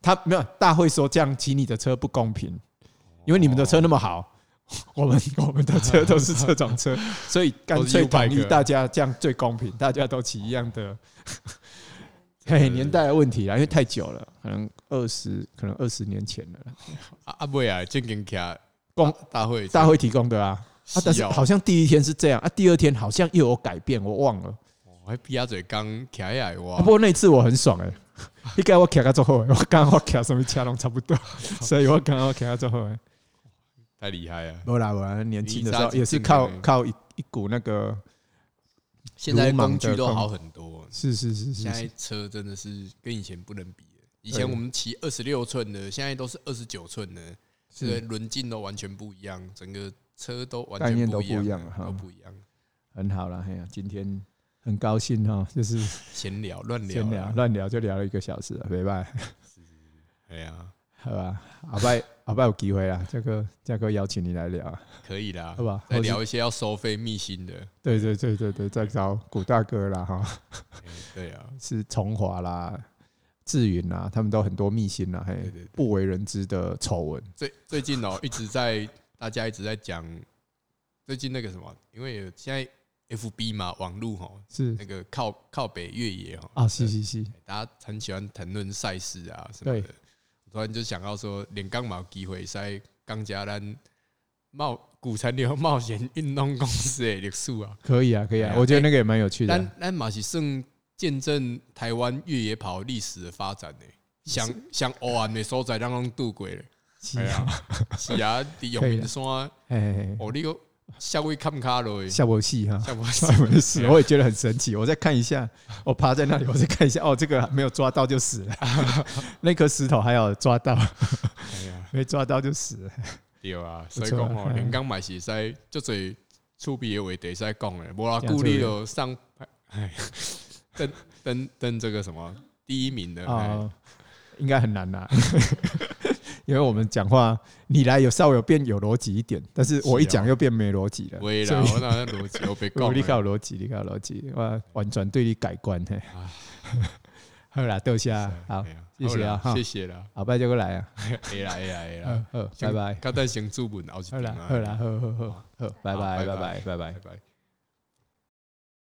他没有大会说这样骑你的车不公平，因为你们的车那么 好，我们我们的车都是这种 车，所以干脆统一大家这样最公平，大家都骑一样的。 呃嘿，年代的问题啦，因为太久了，可能二十，可能二十年前了啦。啊啊不啊，正经卡公大会大会提供的啊，啊，但是哦好像第一天是这样啊，第二天好像又有改变，我忘了。哦还比阿嘴刚卡下来啊哇不，过那一次我很爽哎、欸， 你该我卡到最后欸， 我刚刚我卡什么卡拢差不 多，所以我刚刚卡到最后哎。太厉害了！没啦没啦，年轻的时你一候杀也是靠进去靠一一股那个，现在鲁莽工的具都工好很多，是是现是是在嗯是，车真的是跟以前不能比了。以前我们骑二十六寸的，现在都是二十九寸的，这个轮径都完全不一样，整个车都完概全念都一样不一了，样了哈都不一样。很好啦，哎呀、今天很高兴哈、 就是闲聊乱聊闲啦，聊乱聊就聊了一个小时了，拜拜， 哎呀，好吧，阿拜阿拜有机会啦，这个这个邀请你来聊啊，可以啦好，吧，再或是聊一些要收费密辛的。对对对对对，再找古大哥啦哈，哎对啊，是崇华啦、志云啦，他们都很多秘辛啦，对嘿，对对，不为人知的丑闻，最最近哦，一直在大家一直在讲，最近那个什么，因为有现在 FB 嘛，网络哈，是那个靠靠北越野哈，啊，是是是，大家很喜欢谈论赛事啊什么的对。我突然就想到说，连刚毛机会赛刚加咱冒古城流冒险运动公司的历史啊，可以啊，可以啊哎，呀我觉得那个也蛮有趣的啊，咱咱嘛是算见证台湾越野跑历史的发展呢、像像黑暗的所在，咱拢度过了。是哎呀，是啊，伫永明山，嘿嘿嘿，哦，你个下位看卡落去，下博戏哈。下位什么事？我也觉得很神奇。我再看一下，我趴在那里，我再看一下，哦，这个没有抓到 就死了，那颗石头还好抓到，哎呀，没抓到就死了。对啊，所不错以讲哦哎，连刚嘛是使足侪趣味的话题使讲诶，无啦，顾虑就上，哎， 登登登这个什么第一名的，哎啊，应该很难啦， 因为我们讲话你来有稍微有变有逻辑一点，但是我一讲又变没逻辑了。喂啊啦，所以我哪有逻辑我 被我讲你了，靠逻辑，你靠逻辑，我完全对你改观嘿。好啦，豆下好哎，呀谢谢啊好啦哈谢谢啦， 后摆就过来啊，会啦会啦会啦好，好，拜拜，较等先主文后一好场啦，啊好啦，好好好好，拜好拜，拜拜拜拜，拜拜拜。拜。